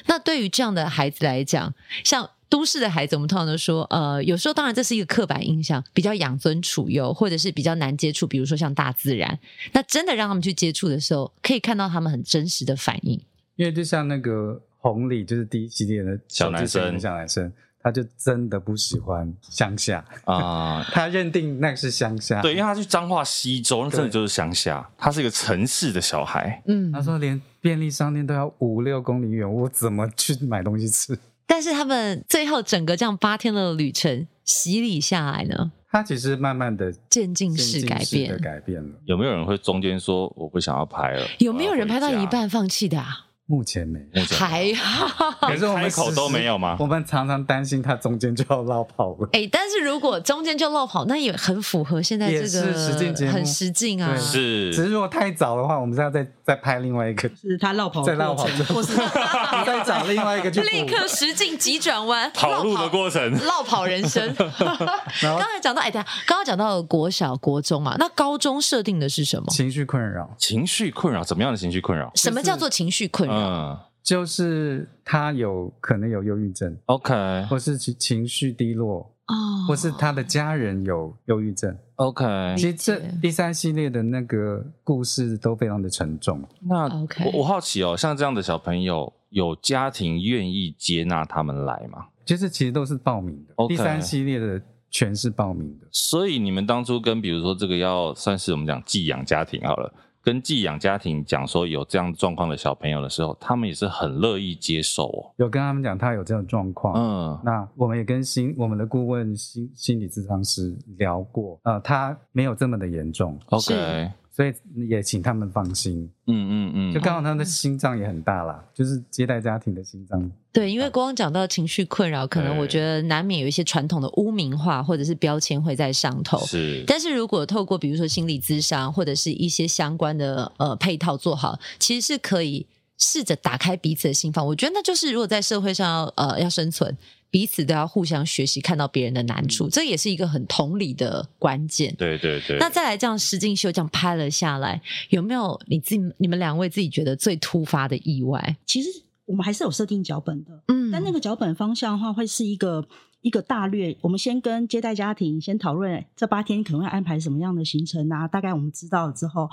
那对于这样的孩子来讲，像都市的孩子，我们通常都说，呃，有时候当然这是一个刻板印象，比较养尊处优，或者是比较难接触，比如说像大自然。那真的让他们去接触的时候，可以看到他们很真实的反应。
因为就像那个红里，就是第一系列的
小男生
手机小男生，他就真的不喜欢 乡下，
啊，
他认定那是乡下。
对，因为他去彰化西周，那真的就是乡下，他是一个城市的小孩。
嗯
他，说连便利商店都要五六公里远，我怎么去买东西吃？
但是他们最后整个这样八天的旅程洗礼下来呢，
他其实慢慢的
渐进式改变
的改变了，
有没有人会中间说我不想要拍了？
有没有人
我
拍
要回
到
家
一？半放弃的啊？
目前没 有。
目前
还好。
可是我们
开口都没有吗
时时我们常常担心他中间就要落跑了。
哎、但是如果中间就落跑，那也很符合现在这
也
个
是实境节目
很实境啊。
对
是
只是如果太早的话，我们是要再再拍另外一个，
是他绕跑
再
的
绕
过
跑
程，或是
再找另外一个去补
立刻实境急转弯，
跑路的过程
落跑。落跑人生。
然后
刚才讲到，哎、等一下，刚刚讲到国小、国中嘛，那高中设定的是什么？
情绪困扰，
情绪困扰，怎么样的情绪困扰？
什么叫做情绪困扰？
嗯
就是他有可能有忧郁症，
，OK
或是情情绪低落，
哦，
或是他的家人有忧郁症。
OK，
哦
其实这第三系列的那个故事都非常的沉重，
那
OK
我我好奇哦，像这样的小朋友，有家庭愿意接纳他们来吗？
就是其实都是报名的。
OK
第三系列的全是报名的，
所以你们当初跟比如说这个要算是我们讲寄养家庭好了，跟寄养家庭讲说有这样状况的小朋友的时候，他们也是很乐意接受哦。
有跟他们讲他有这种状况，
嗯，
那我们也跟心我们的顾问心心理咨商师聊过，呃，他没有这么的严重，
OK，
是
所以也请他们放心。
嗯嗯哦
就
嗯，
刚好他们的心脏也很大啦，就是接待家庭的心脏。
对，因为光讲到情绪困扰，可能
哎
我
对
觉得难免有一些传统的污名化或者是标签会在上头。
是
但是如果透过比如说心理咨商或者是一些相关的呃配套做好，其实是可以试着打开彼此的心房。我觉得那就是如果在社会上要呃要生存，彼此都要互相学习，看到别人的难处，这也是一个很同理的关键。
嗯对对对。
那再来这样实境秀这样拍了下来，有没有你自己你们两位自己觉得最突发的意外？
其实我们还是有设定脚本的，
嗯
但那个脚本方向的话，会是一个一个大略。我们先跟接待家庭先讨论这八天可能会安排什么样的行程啊，大概我们知道了之后，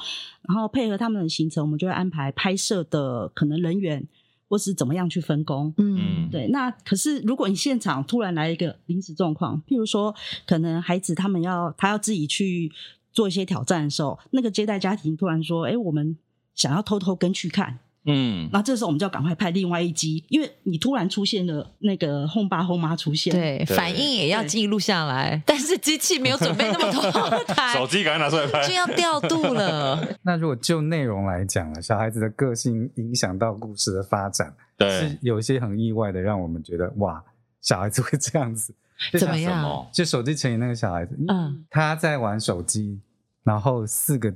然后配合他们的行程，我们就会安排拍摄的可能人员。或是怎么样去分工。
嗯，
对，那可是如果你现场突然来一个临时状况，譬如说，可能孩子他们要他要自己去做一些挑战的时候，那个接待家庭突然说：“哎、我们想要偷偷跟去看。”
嗯，
那这时候我们就要赶快派另外一机，因为你突然出现了那个轰爸轰妈出现，，
对，
对
反应也要记录下来，但是机器没有准备那么 多台
手，机赶快拿出来
就
拍。
要调度了。
那如果就内容来讲了，小孩子的个性影响到故事的发展，是
对，
有一些很意外的，让我们觉得哇，小孩子会这 样子。就
怎
像
么
什
样？
么？
就手机成瘾那个小孩子，
嗯，
他在玩手机，然后四个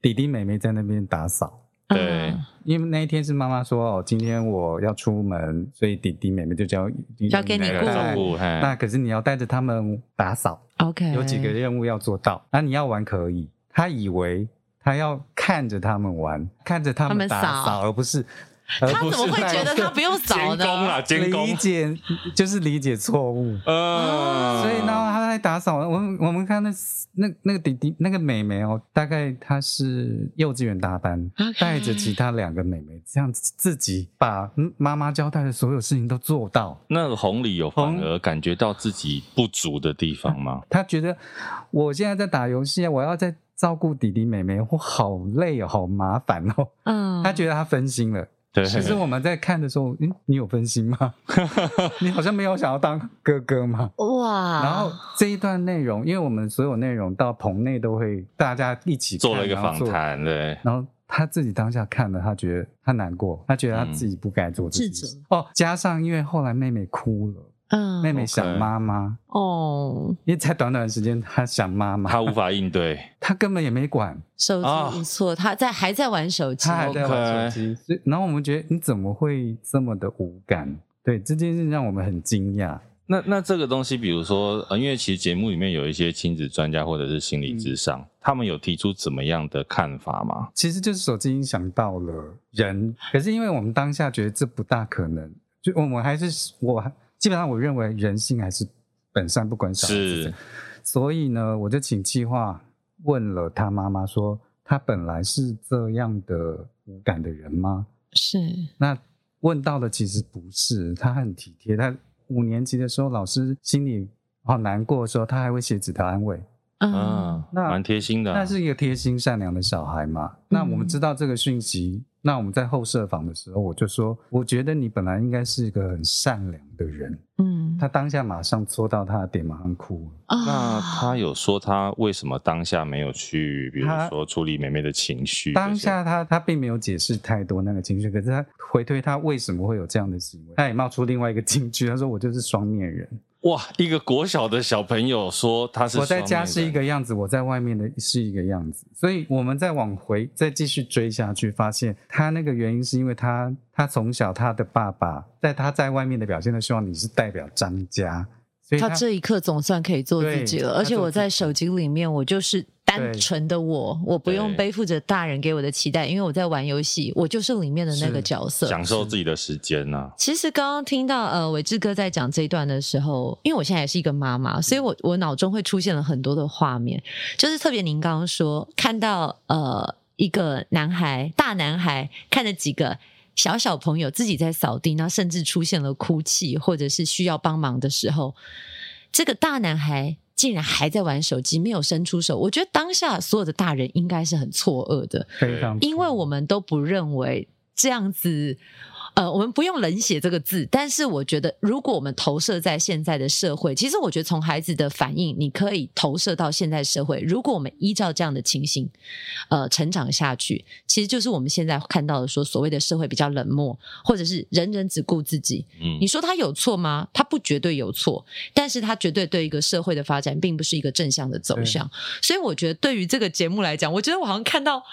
弟弟妹妹在那边打扫。
嗯
对
因为那一天是妈妈说哦，今天我要出门，所以弟弟妹妹就交
交给你
哪个
顾
哎照顾？嘿
那可是你要带着他们打扫，
嗯，OK，
有几个任务要做到。那你要玩可以，他以为他要看着他们玩，看着他
他们
们打
扫
扫，而不是
他
而不
怎
是
么 会觉得他不用
监
找
工
呢？
啦，监工
理。解啊就是理解错误。
呃，
哦
所以呢，他在打扫。我们我们看那那那个弟弟那个妹妹哦，大概她是幼稚园大班
OK
带着其他两个妹妹，这样子自己把嗯妈妈交代的所有事情都做到。
那个红里有反
红
而感觉到自己不足的地方吗？
她觉得我现在在打游戏，我要在照顾弟弟妹妹，我好累哦，好麻烦哦。
嗯，
她觉得她分心了。
对，
其实我们在看的时候，嗯，你有分心吗？ 你好像没有想要当哥哥吗？
嗯哇，
然后这一段内容，因为我们所有内容到棚内都会大家一起看
做了一个访，
然后
谈，对
做然后他自己当下看了，他觉得他难过，他觉得他自己不该做这件
嗯自
事。哦，加上因为后来妹妹哭了，
嗯，
妹妹想妈妈，
哦，
因为才短短的时间，她想妈妈，
他无法应 对。
她根本也没管，
手
啊
机不错，他在还在玩手机，
她还在玩手机。所以然后我们觉得你怎么会这么的无感？对这件事让我们很惊讶。
那那这个东西，比如说，呃，因为其实节目里面有一些亲子专家或者是心理智商，
嗯
他们有提出怎么样的看法吗？
其实就是手机影响到了人，可是因为我们当下觉得这不大可能，就我们还是我基本上我认为人性还是本善，不管小孩子
是，
所以呢，我就请计划问了他妈妈说，他本来是这样的无感的人吗？
是
那问到的其实不是，他很体贴，他五年级的时候老师心里好难过的时候，他还会写纸条安慰。
嗯
嗯，，
那
蛮贴心的啊。
那是一个贴心善良的小孩嘛。那我们知道这个讯息，那我们在后设访的时候，我就说，我觉得你本来应该是一个很善良的人。
嗯
他当下马上戳到他的点，马上哭了。
那
啊，
他有说他为什么当下没有去，比如
他
说处理妹妹的情绪这些？
当下他他并没有解释太多那个情绪，可是他回推他为什么会有这样的行为，他也冒出另外一个金句，他说我就是双面人，
哇，一个国小的小朋友说他是
我在家
双
是
面
一
人
个样子，我在外面的是一个样子，所以我们再往回再继续追下去，发现他那个原因是因为他他从小他的爸爸在他在外面的表现都希望你是代表张家，所以
他
他
这一刻总算可以做自己了，
对
而且我在
他
手
做自
机里面，我就是单纯的我，我不用
对
背负着大人给我的期待，因为我在玩游戏，我就是里面的那个
是
角色。
享受自己的时间啊呐、
其实刚刚听到呃伟志哥在讲这一段的时候，因为我现在也是一个妈妈，所以我我脑中会出现了很多的画面，就是特别您刚刚说看到呃一个男孩大男孩看着几个。小小朋友自己在扫地，那甚至出现了哭泣或者是需要帮忙的时候，这个大男孩竟然还在玩手机，没有伸出手。我觉得当下所有的大人应该是很错愕的，
非常
因为我们都不认为这样子，呃，我们不用冷血这个字，但是我觉得，如果我们投射在现在的社会，其实我觉得从孩子的反应，你可以投射到现在社会。如果我们依照这样的情形，呃，成长下去，其实就是我们现在看到的说所谓的社会比较冷漠，或者是人人只顾自己，
嗯
你，说他有错吗？他不绝对有错，但是他绝对对一个社会的发展并不是一个正向的走向。所以我觉得，对于这个节目来讲，我觉得我好像看到。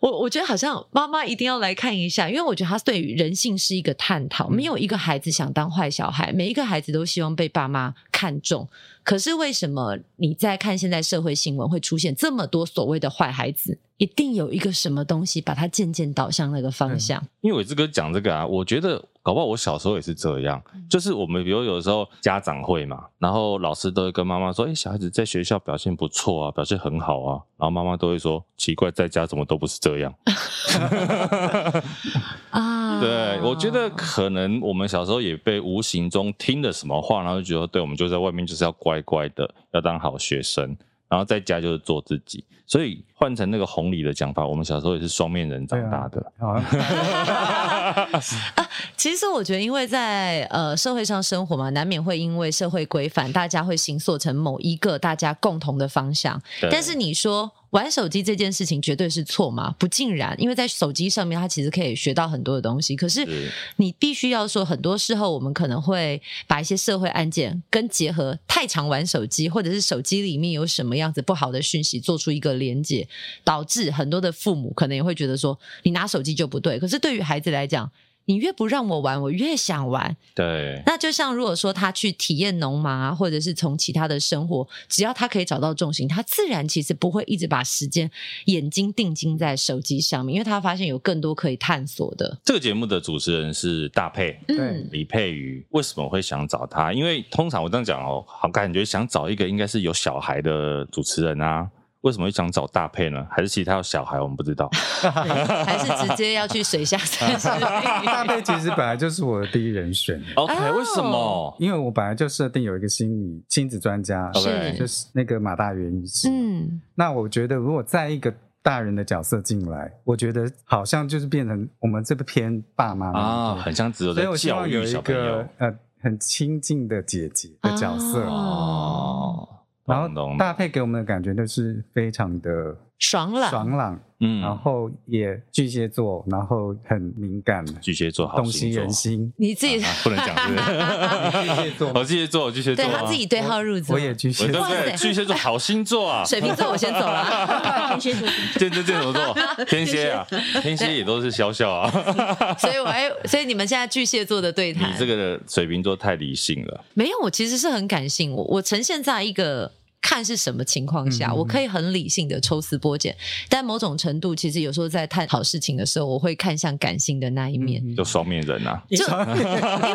我我觉得好像妈妈一定要来看一下，因为我觉得他对于人性是一个探讨。没有一个孩子想当坏小孩，每一个孩子都希望被爸妈看重。可是为什么你在看现在社会新闻会出现这么多所谓的坏孩子？一定有一个什么东西把他渐渐导向那个方向。
因为伟志哥讲这个啊，我觉得搞不好我小时候也是这样，
嗯
就是我们比如有时候家长会嘛，然后老师都会跟妈妈说：“哎、小孩子在学校表现不错啊，表现很好啊。”然后妈妈都会说：“奇怪，在家怎么都不是这样。
啊
对，我觉得可能我们小时候也被无形中听了什么话，然后就觉得，对，我们就在外面就是要乖乖的，要当好学生，然后在家就是做自己。所以换成那个红里的讲法，我们小时候也是双面人长大的。
好像
其实我觉得，因为在呃社会上生活嘛，难免会因为社会规范，大家会形塑成某一个大家共同的方向。
对
啊但是你说玩手机这件事情绝对是错吗？不尽然，因为在手机上面，它其实可以学到很多的东西。可是
是
你必须要说，很多时候我们可能会把一些社会案件跟结合太常玩手机，或者是手机里面有什么样子不好的讯息，做出一个连结，导致很多的父母可能也会觉得说，你拿手机就不对。可是对于孩子来讲，你越不让我玩，我越想玩。
对，
那就像如果说他去体验农忙啊，或者是从其他的生活，只要他可以找到重心，他自然其实不会一直把时间眼睛定睛在手机上面，因为他发现有更多可以探索的。
这个节目的主持人是大佩。
对
嗯，
李佩瑜为什么会想找他？因为通常我这样讲哦，好感觉想找一个应该是有小孩的主持人啊。为什么会想找大佩呢？还是其实他有小孩，我们不 知道。
对还是直接要去水下三十
大贝其实本来就是我的第一人选，
OK，、
哦
为什么？
因为我本来就设定有一个心理亲子专家，
OK
就是是那个马大元医师。
嗯，
那我觉得，如果在一个大人的角色进来，我觉得好像就是变成我们这偏爸妈
啊，
那一
很
边
像只有
所
在
以我希
教
望有
育
一
小朋友
个呃很亲近的姐姐的角色。
啊
哦。
然后
懂懂
搭配给我们的感觉就是非常的
爽朗，
爽朗，
嗯，
然后也巨蟹座，然后很敏感，
巨蟹座好
洞悉
星座
人心。
你自己、
啊不能讲是不 是
巨蟹 座
我巨蟹座，我巨蟹座
对
啊，
他自己对号入座。
我也巨
我
蟹
对
座
不，对？
哇塞
巨蟹座好星座啊，
水瓶座，我先走 了，啊
天蝎座
天蝎天什么 座？天蝎啊，天蝎也都是小小啊。
所以我还，所以你们现在巨蟹座的对
你
谈，
这个水瓶座太理性了，
没有，我其实是很感性，我我呈现在一个看是什么情况下，
嗯
我可以很理性的抽丝剥茧，但某种程度，其实有时候在探讨事情的时候，我会看向感性的那一面。
嗯
就双面人啊。
就 因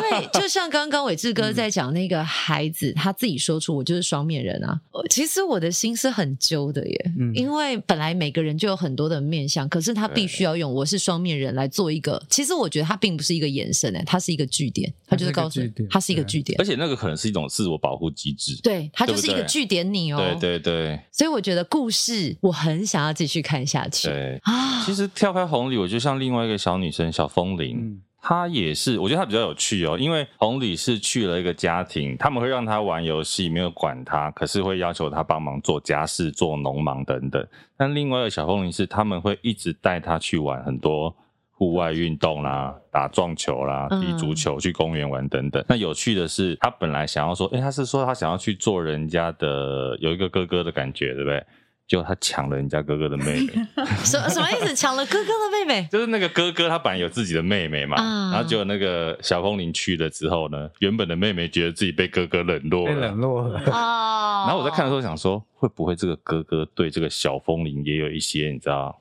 为就像刚刚伟志哥在讲那个孩子，他自己说出我就是双面人啊。呃其实我的心是很揪的耶，
嗯
因为本来每个人就有很多的面相，可是他必须要用我是双面人来做一个。其实我觉得他并不是一个延伸诶、它是一个据点，它就是告诉
它是一
他是一个
个据点对
据点
而。且那个可能是一种自我保护机制。
对，它就是一
对
个
不对
据点你哦。
对对对
所以我觉得故事我很想要继续看下去
对。
啊
其。实跳开红里，我就像另外一个小女生小风铃，
嗯
她也是，我觉得她比较有趣哦，因为红里是去了一个家庭，他们会让她玩游戏，没有管她，可是会要求她帮忙做家事、做农忙等等。但另外一个小风铃是，他们会一直带她去玩很多。户外运动啦，打撞球啦，
嗯
踢足球，去公园玩等等。那有趣的是，她本来想要说，诶、她是说她想要去做人家的有一个哥哥的感觉，对不对？结果她抢了人家哥哥的妹妹，
什什么意思？抢了哥哥的妹妹？
就是那个哥哥，他本来有自己的妹妹嘛，
啊
然后结果那个小风铃去了之后呢，原本的妹妹觉得自己被哥哥冷落
被
了，
冷落了。
哦
然后我在看的时候想说，会不会这个哥哥对这个小风铃也有一些你知道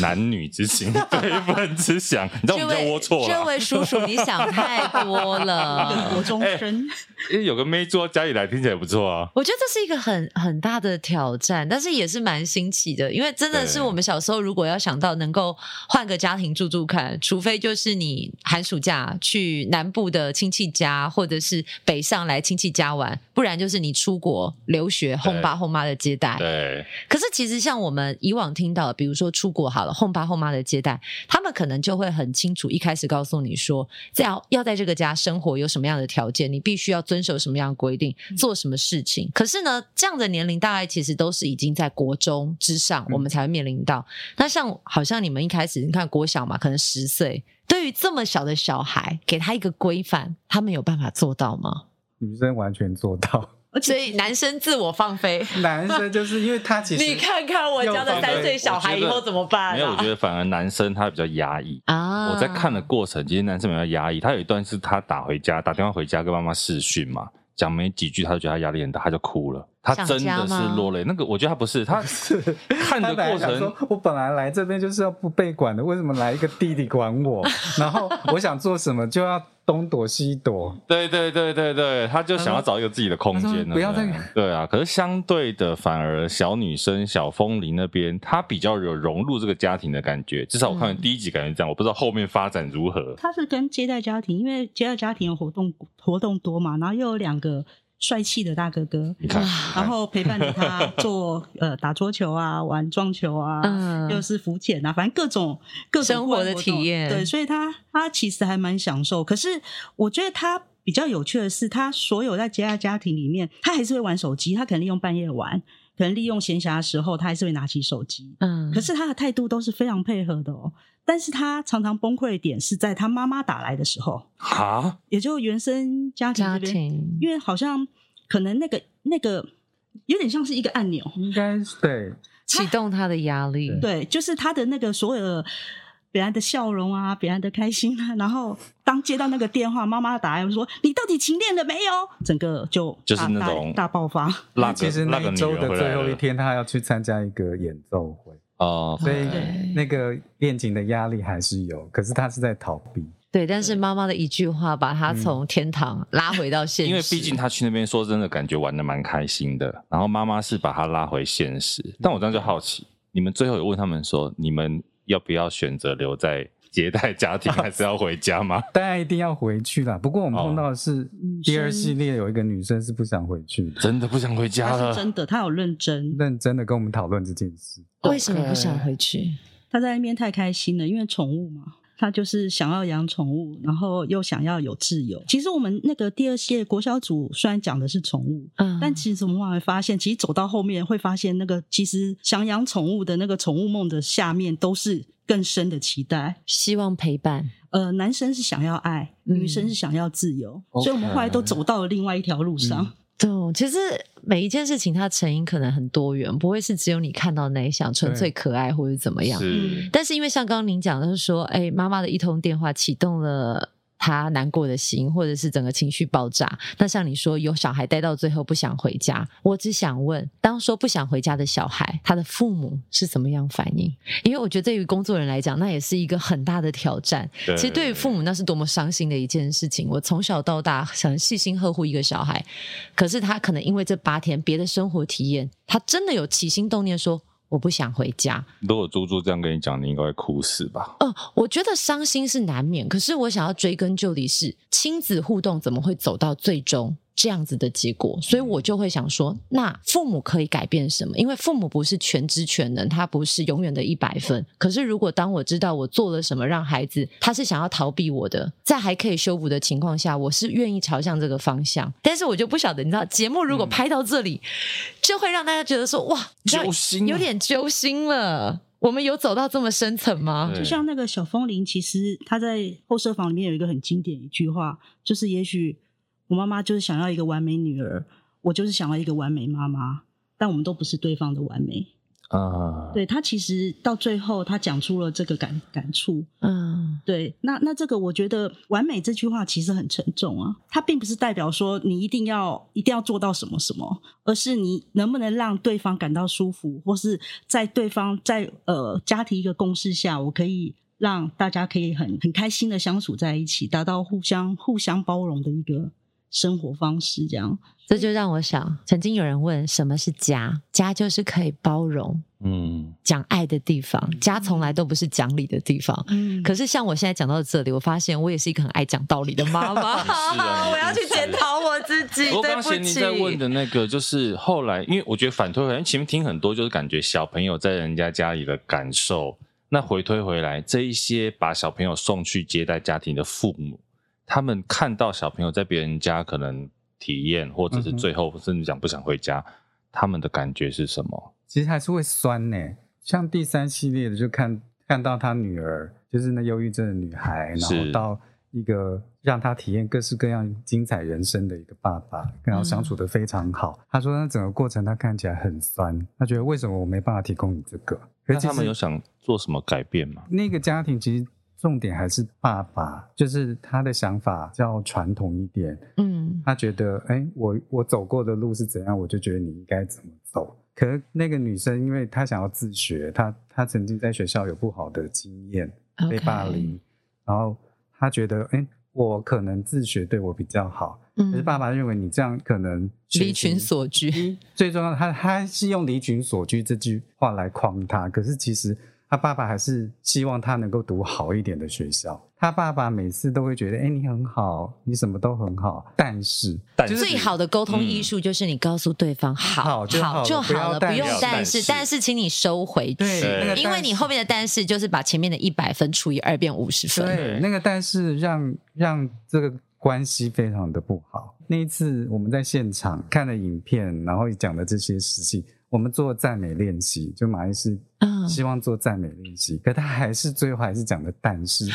男女之情、 对分之想？你知道我
这
们叫龌
位
龊
这
了。
位叔叔，你想太多
国
了。
中
哎
生，
因为有个妹坐到家里来，听起来也不错啊。
我觉得这是一个很很大的挑战，但是也是蛮新奇的，因为真的
对
是我们小时候如果要想到能够换个家庭住住看，除非就是你寒暑假去南部的亲戚家，或者是北上来亲戚家玩，不然就是你出国留学，
对
轰爸轰妈的接待。
对，
可是其实像我们以往听到的，比如说出国好了，后爸后妈的接待，他们可能就会很清楚，一开始告诉你说，在要要在这个家生活有什么样的条件，你必须要遵守什么样的规定，做什么事情。可是呢，这样的年龄大概其实都是已经在国中之上，
嗯
我们才会面临到。那像好像你们一开始你看国小嘛，可能十岁。对于这么小的小孩，给他一个规范，他们有办法做到吗？
女生完全做到，
而
所
且
以男生自我放飞，
男生就是因为他其实
你看看我家的三岁小孩以后怎么办、啊？
没有，我觉得反而男生他比较压抑。
啊，
我在看的过程，其实男生比较压抑。他有一段是他打回家，打电话回家跟妈妈视讯嘛，讲没几句，他就觉得他压力很大，他就哭了。他
想
真
家
的是
吗
落泪。那个我觉得他不是，他看的
他本来
过
想
程
说，我本来来这边就是要不被管的，为什么来一个弟弟管我？然后我想做什么就要东躲西躲，
对对对对对，他就想要找一个自己的空
他
间
说
了，
不要再
对对啊。可是相对的，反而小女生小风铃那边，她比较有融入这个家庭的感觉。至少我看
嗯
第一集感觉这样，我不知道后面发展如何。
他是跟接待家庭，因为接待家庭有活动活动多嘛，然后又有两个帅气的大哥哥，
你看，
哇
你看
然后陪伴着他做呃打桌球啊，玩撞球啊，
嗯
又是浮潜啊，反正各种各种
生活的
户外活动
体验
对，所以他他其实还蛮享受。可是我觉得他比较有趣的是，他所有在接待家庭里面，他还是会玩手机，他可能利用半夜玩，可能利用闲暇的时候，他还是会拿起手机。
嗯，
可是他的态度都是非常配合的哦。但是他常常崩溃的点是在他妈妈打来的时候，
哈，
也就原生家庭
家
这边，
庭
因为好像可能那个那个有点像是一个按钮，
应该是对，
启动他的压力，
对，就是他的那个所有的别人的笑容啊，别人的开心啊，然后当接到那个电话，妈妈打来说你到底勤练了没有，整个就
就是
大
那
大
种
大 爆发，
那个
其实
那
那
个
一
女
周
人
的
回
最
来
后一
了
天，他要去参加一个演奏会，
哦，
所以
对
那个恋情的压力还是有，可是他是在逃避。
对，但是妈妈的一句话把他从天堂拉回到现实，
嗯因为毕竟他去那边，说真的，感觉玩的蛮开心的。然后妈妈是把他拉回现实，但我这样就好奇，你们最后有问他们说，你们要不要选择留在接待家庭，还是要回家吗？
当然一定要回去啦。不过我们
哦
碰到的是
女
第二
生
系列有一个女生是不想回去 的，
真的不想回家
他
了
是，真的，他有认真，
认真的跟我们讨论这件事。
为什么不想回去？
他在那边太开心了，因为宠物嘛。他就是想要养宠物，然后又想要有自由。其实我们那个第二系列国小组虽然讲的是宠物，
嗯，
但其实我们后来发现，其实走到后面会发现，那个其实想养宠物的那个宠物梦的下面，都是更深的期待。
希望陪伴，
呃，男生是想要爱，
嗯
女生是想要自由，
OK
所以我们后来都走到了另外一条路上。
嗯
懂，其实每一件事情它成因可能很多元，不会是只有你看到那一项纯粹可爱或者怎么样。
嗯
嗯
是
但是因为像刚刚您讲的是说，哎，妈妈的一通电话启动了。他难过的心，或者是整个情绪爆炸。那像你说，有小孩待到最后不想回家，我只想问，当说不想回家的小孩，他的父母是怎么样反应？因为我觉得对于工作人来讲，那也是一个很大的挑战。其实对于父母，那是多么伤心的一件事情。我从小到大想细心呵护一个小孩，可是他可能因为这八天别的生活体验，他真的有起心动念说我不想回家。
如果猪猪这样跟你讲，你应该会哭死吧？
哦、我觉得伤心是难免，可是我想要追根究底是亲子互动怎么会走到最终？这样子的结果，所以我
嗯
就会想说，那父母可以改变什么？因为父母不是全知全能，他不是永远的一百分。可是如果当我知道我做了什么让孩子他是想要逃避我的，在还可以修补的情况下，我是愿意朝向这个方向。但是我就不晓得，你知道，节目如果拍到这里，就会让大家觉得说，哇，你知
嗯
道
揪心啊
有点揪心了。我们有走到这么深层吗？
对
就像那个小风铃，其实他在后设房里面有一个很经典的一句话，就是也许我妈妈就是想要一个完美女儿，我就是想要一个完美妈妈，但我们都不是对方的完美。
啊，
对他其实到最后，他讲出了这个感感触。
嗯，
对，那那这个我觉得“完美”这句话其实很沉重啊，它并不是代表说你一定要一定要做到什么什么，而是你能不能让对方感到舒服，或是在对方在呃家庭一个共识下，我可以让大家可以很很开心的相处在一起，达到互相互相包容的一个生活方式，这样。
这就让我想，曾经有人问什么是家，家就是可以包容、
嗯，
讲爱的地方，家从来都不是讲理的地方。
嗯
可是像我现在讲到这里，我发现我也是一个很爱讲道理的妈妈，
是 啊
我要去检讨我自己，
我
对
刚贤
不
宁
起。
在问的那个，就是后来，因为我觉得反推回来，因为前面听很多，就是感觉小朋友在人家家里的感受。那回推回来，这一些把小朋友送去接待家庭的父母，他们看到小朋友在别人家可能体验，或者是
嗯哼
最后甚至讲不想回家，他们的感觉是什么？
其实还是会酸呢、像第三系列的，就看看到他女儿，就是那忧郁症的女孩，然
是
后到一个让他体验各式各样精彩人生的一个爸爸，跟他相处的非常好。他说，那整个过程他看起来很酸，他觉得为什么我没办法提供你这个？
那
可是其
他们
实
有想做什么改变吗？
那个家庭其实重点还是爸爸，就是他的想法较传统一点，
嗯
他觉得，哎、我我走过的路是怎样，我就觉得你应该怎么走。可是那个女生，因为她想要自学，她她曾经在学校有不好的经验，被霸凌，然后她觉得，哎、我可能自学对我比较好。可是
嗯，
爸爸认为你这样可能学习
离群所居，
最重要，他他是用“离群索居”这句话来框他，可是其实他爸爸还是希望他能够读好一点的学校。他爸爸每次都会觉得，哎、你很好，你什么都很好，但是
但
就是
最好的沟通艺术就是你告诉对方好
好就好了
就
不要
好了，
但
不用
是
但是，但
但
是请你收回
对
去，
那个
因为你后面的但是就是把前面的一百分除以二变五十分。
对那个但是让让这个关系非常的不好。那一次我们在现场看了影片，然后讲的这些事情，我们做赞美练习，就马医师
嗯
希望做赞美练习，可他还是最后还是讲的但是，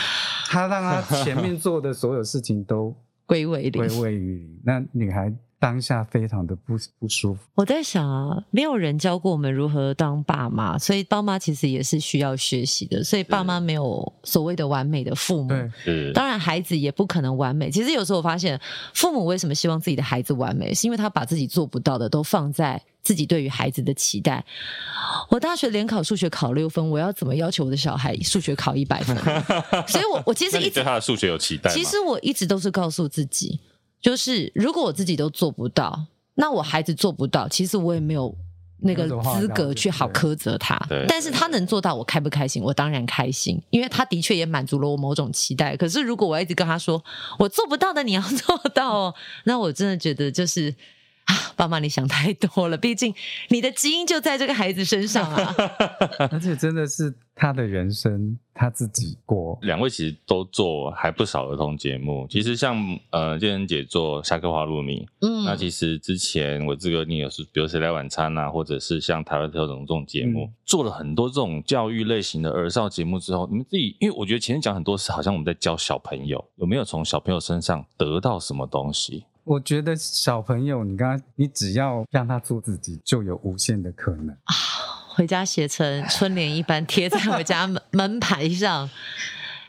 他让他前面做的所有事情都
归为零
归。位于零。那女孩当下非常的不不舒服，
我在想啊，没有人教过我们如何当爸妈，所以爸妈其实也是需要学习的。所以爸妈没有所谓的完美的父母，
对，
是
当然，孩子也不可能完美。其实有时候我发现，父母为什么希望自己的孩子完美，是因为他把自己做不到的都放在自己对于孩子的期待。我大学联考数学考六分，我要怎么要求我的小孩数学考一 百分？所以我我其实
那你
一直
对他的数学有期待吗？
其实我一直都是告诉自己，就是如果我自己都做不到，那我孩子做不到，其实我也没有。那个
没有什么话
资格
聊
去好
对
苛责他
对，
但是他能做到，我开不开心？我当然开心，因为他的确也满足了我某种期待。可是如果我一直跟他说我做不到的，你要做到哦，那我真的觉得就是啊，爸妈你想太多了，毕竟你的基因就在这个孩子身 上啊。
而且真的是她的人生她自己过，
两位其实都做还不少儿童节目。其实像呃，健身姐做《下课花露米》
嗯
那其实之前我这个你有是，比如谁来晚餐啊，或者是像台湾特种这种节目，
嗯
做了很多这种教育类型的儿少节目之后，你们自己，因为我觉得前面讲很多是好像我们在教小朋友，有没有从小朋友身上得到什么东西？
我觉得小朋友，你刚刚你只要让他做自己，就有无限的可能。
回家写成春联一般贴在我家 门门牌上，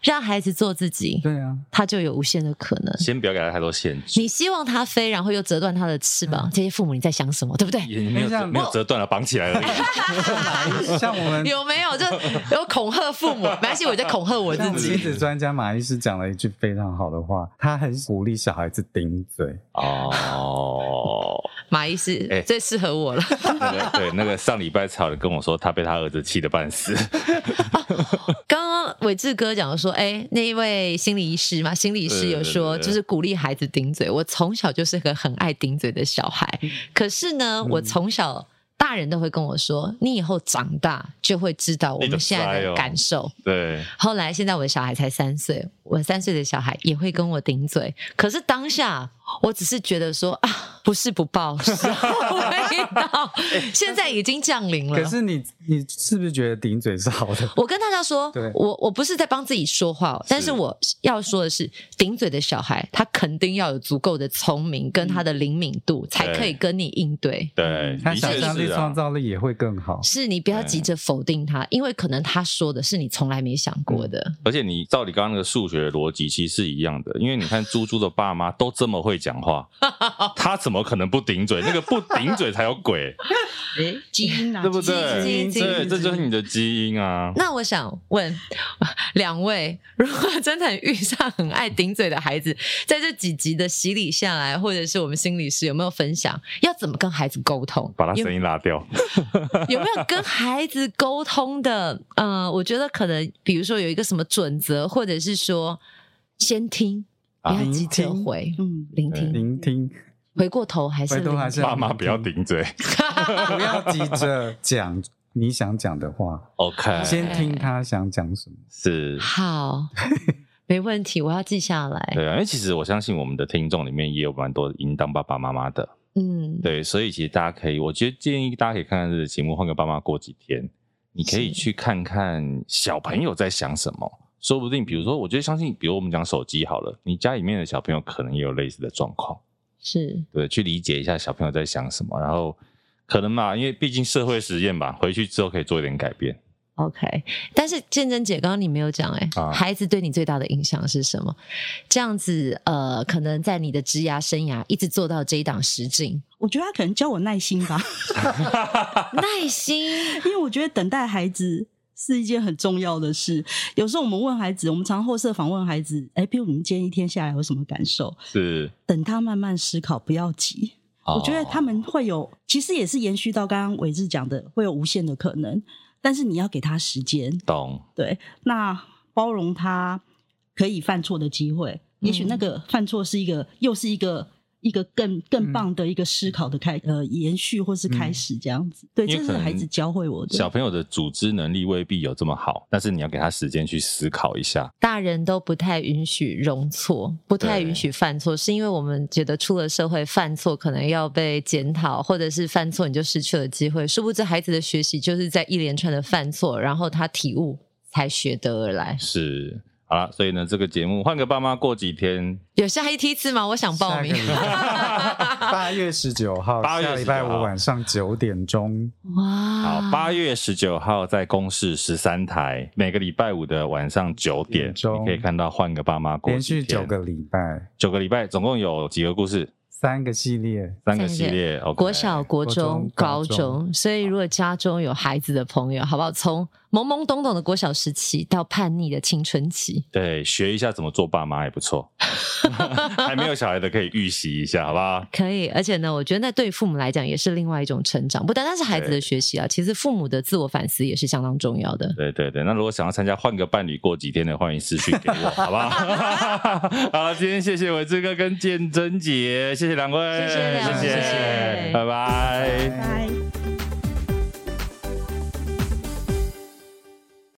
让孩子做自己，
对啊，
他就有无限的可能。
先不要给他太多限制，
你希望他飞，然后又折断他的翅
嗯
膀，这些父母你在想什么，对不 对？
也没有折
像
没有折断了，绑起来 而已。
像我们
有没有就有恐吓父母？没关系，我在恐吓我
像我
自
们
己
亲。子专家马医师讲了一句非常好的话，他很鼓励小孩子顶嘴。
哦，
马医师，
哎
最适合我了。
那个对，那个上礼拜才有人跟我说，他被他儿子气得半死。
刚刚伟志哥讲说，哎，那一位心理医师嘛，心理医师有说，
对对对对
就是鼓励孩子顶嘴。我从小就是个很爱顶嘴的小孩，可是呢，
嗯
我从小大人都会跟我说，你以后长大就会知道我
你就
们现在
知道
的
哦
感受。
对，
后来，现在我的小孩才三岁，我三岁的小孩也会跟我顶嘴。可是当下，我只是觉得说啊，不是不报，时候未
哎
到，现在已经降临了。
可是你你是不是觉得顶嘴是好的？
我跟大家说
对，
我我不是在帮自己说话哦，但是
是
我要说的是，顶嘴的小孩他肯定要有足够的聪明跟他的灵敏度，才可以跟你应对。
对，
嗯他
的
想
确
象力、
是啊
创。造力也会更好。
是你不要急着否定他，因为可能他说的是你从来没想过的。
而且你照你刚刚那个数学的逻辑，其实是一样的，因为你看猪猪的爸妈都这么会讲 话，他怎么可能不顶嘴？那个不顶嘴才有 鬼，
诶
基因啊，
对不
基
基
因
因
对？
基
对，
因
基因
这就是你的基因啊。
那我想问两位，如果真的遇上很爱顶嘴的孩子，在这几集的洗礼下来，或者是我们心理师有没有分享要怎么跟孩子沟通？
把他
有
声音拉掉，
有没有跟孩子沟通的？呃，我觉得可能，比如说有一个什么准则，或者是说先听，不
啊
要急着回，
嗯，
聆听，
聆听，
回过头还是
回头还是
聆
爸妈不要顶 嘴。
不要急着讲你想讲的话，
OK，
先听他想讲什么。
是
听。好，没问题，我要记下来。
对啊，因为其实我相信我们的听众里面也有蛮多应当爸爸妈妈的，
嗯，
对，所以其实大家可以，我觉得建议大家可以看看这个节目，换个爸妈过几天，你可以
是
去看看小朋友在想什么，说不定，比如说，我觉得相信，比如我们讲手机好了，你家里面的小朋友可能也有类似的状况，
是
对，去理解一下小朋友在想什么，然后可能嘛，因为毕竟社会实验嘛，回去之后可以做一点改变，
OK，但是建真姐，刚刚你没有讲哎、
啊
孩子对你最大的影响是什么？这样子，呃，可能在你的职涯生涯一直做到这一档实境，
我觉得他可能教我耐心吧，
耐心，
因为我觉得等待孩子是一件很重要的事。有时候我们问孩子，我们常后设访问孩子，哎，比如你们今天一天下来有什么感受？
是，哦
等他慢慢思考，不要急。我觉得他们会有，其实也是延续到刚刚伟志讲的，会有无限的可能，但是你要给他时间，
懂
对，那包容他可以犯错的机会，也许那
嗯
个犯错是一个，又是一个。一个更
嗯
更棒的一个思考的开、呃延续或是开始这样子，对，
因为
这
可
是
能
孩子教会我的。
小朋友的组织能力未必有这么好，但是你要给他时间去思考一下。
大人都不太允许容错，不太允许犯错，是因为我们觉得出了社会犯错可能要被检讨，或者是犯错你就失去了机会。殊不知孩子的学习就是在一连串的犯错，然后他体悟才学得而来。
是，好了，所以呢，这个节目换个爸妈过几天，
有下一梯次吗？我想报名。
八月十九号，
8月
下礼拜
19号
五晚上九点钟，
哇，
好，八月十九号在公视十三台，每个礼拜五的晚上九点，
点钟
你可以看到换个爸妈过
连
几
续
天
九个礼拜，
九个礼拜，总共有几个故事？
三个系列。
三个系列，OK，
国小、国中、高
国中高中
中，所以如果家中有孩子的朋友，好不好？从懵懵懂懂的国小时期到叛逆的青春期，
对，学一下怎么做爸妈也不 错。还没有小孩的可以预习一下，好不好？
可以。而且呢，我觉得那对父母来讲也是另外一种成长，不单单是孩子的
对
学习啊，其实父母的自我反思也是相当重要的。
对对对，那如果想要参加换个伴侣过几天的，欢迎私讯给我，好不 好？好了，今天谢谢伟志哥跟建真姐，谢谢两位，
谢谢两位
谢
谢谢
拜拜
拜。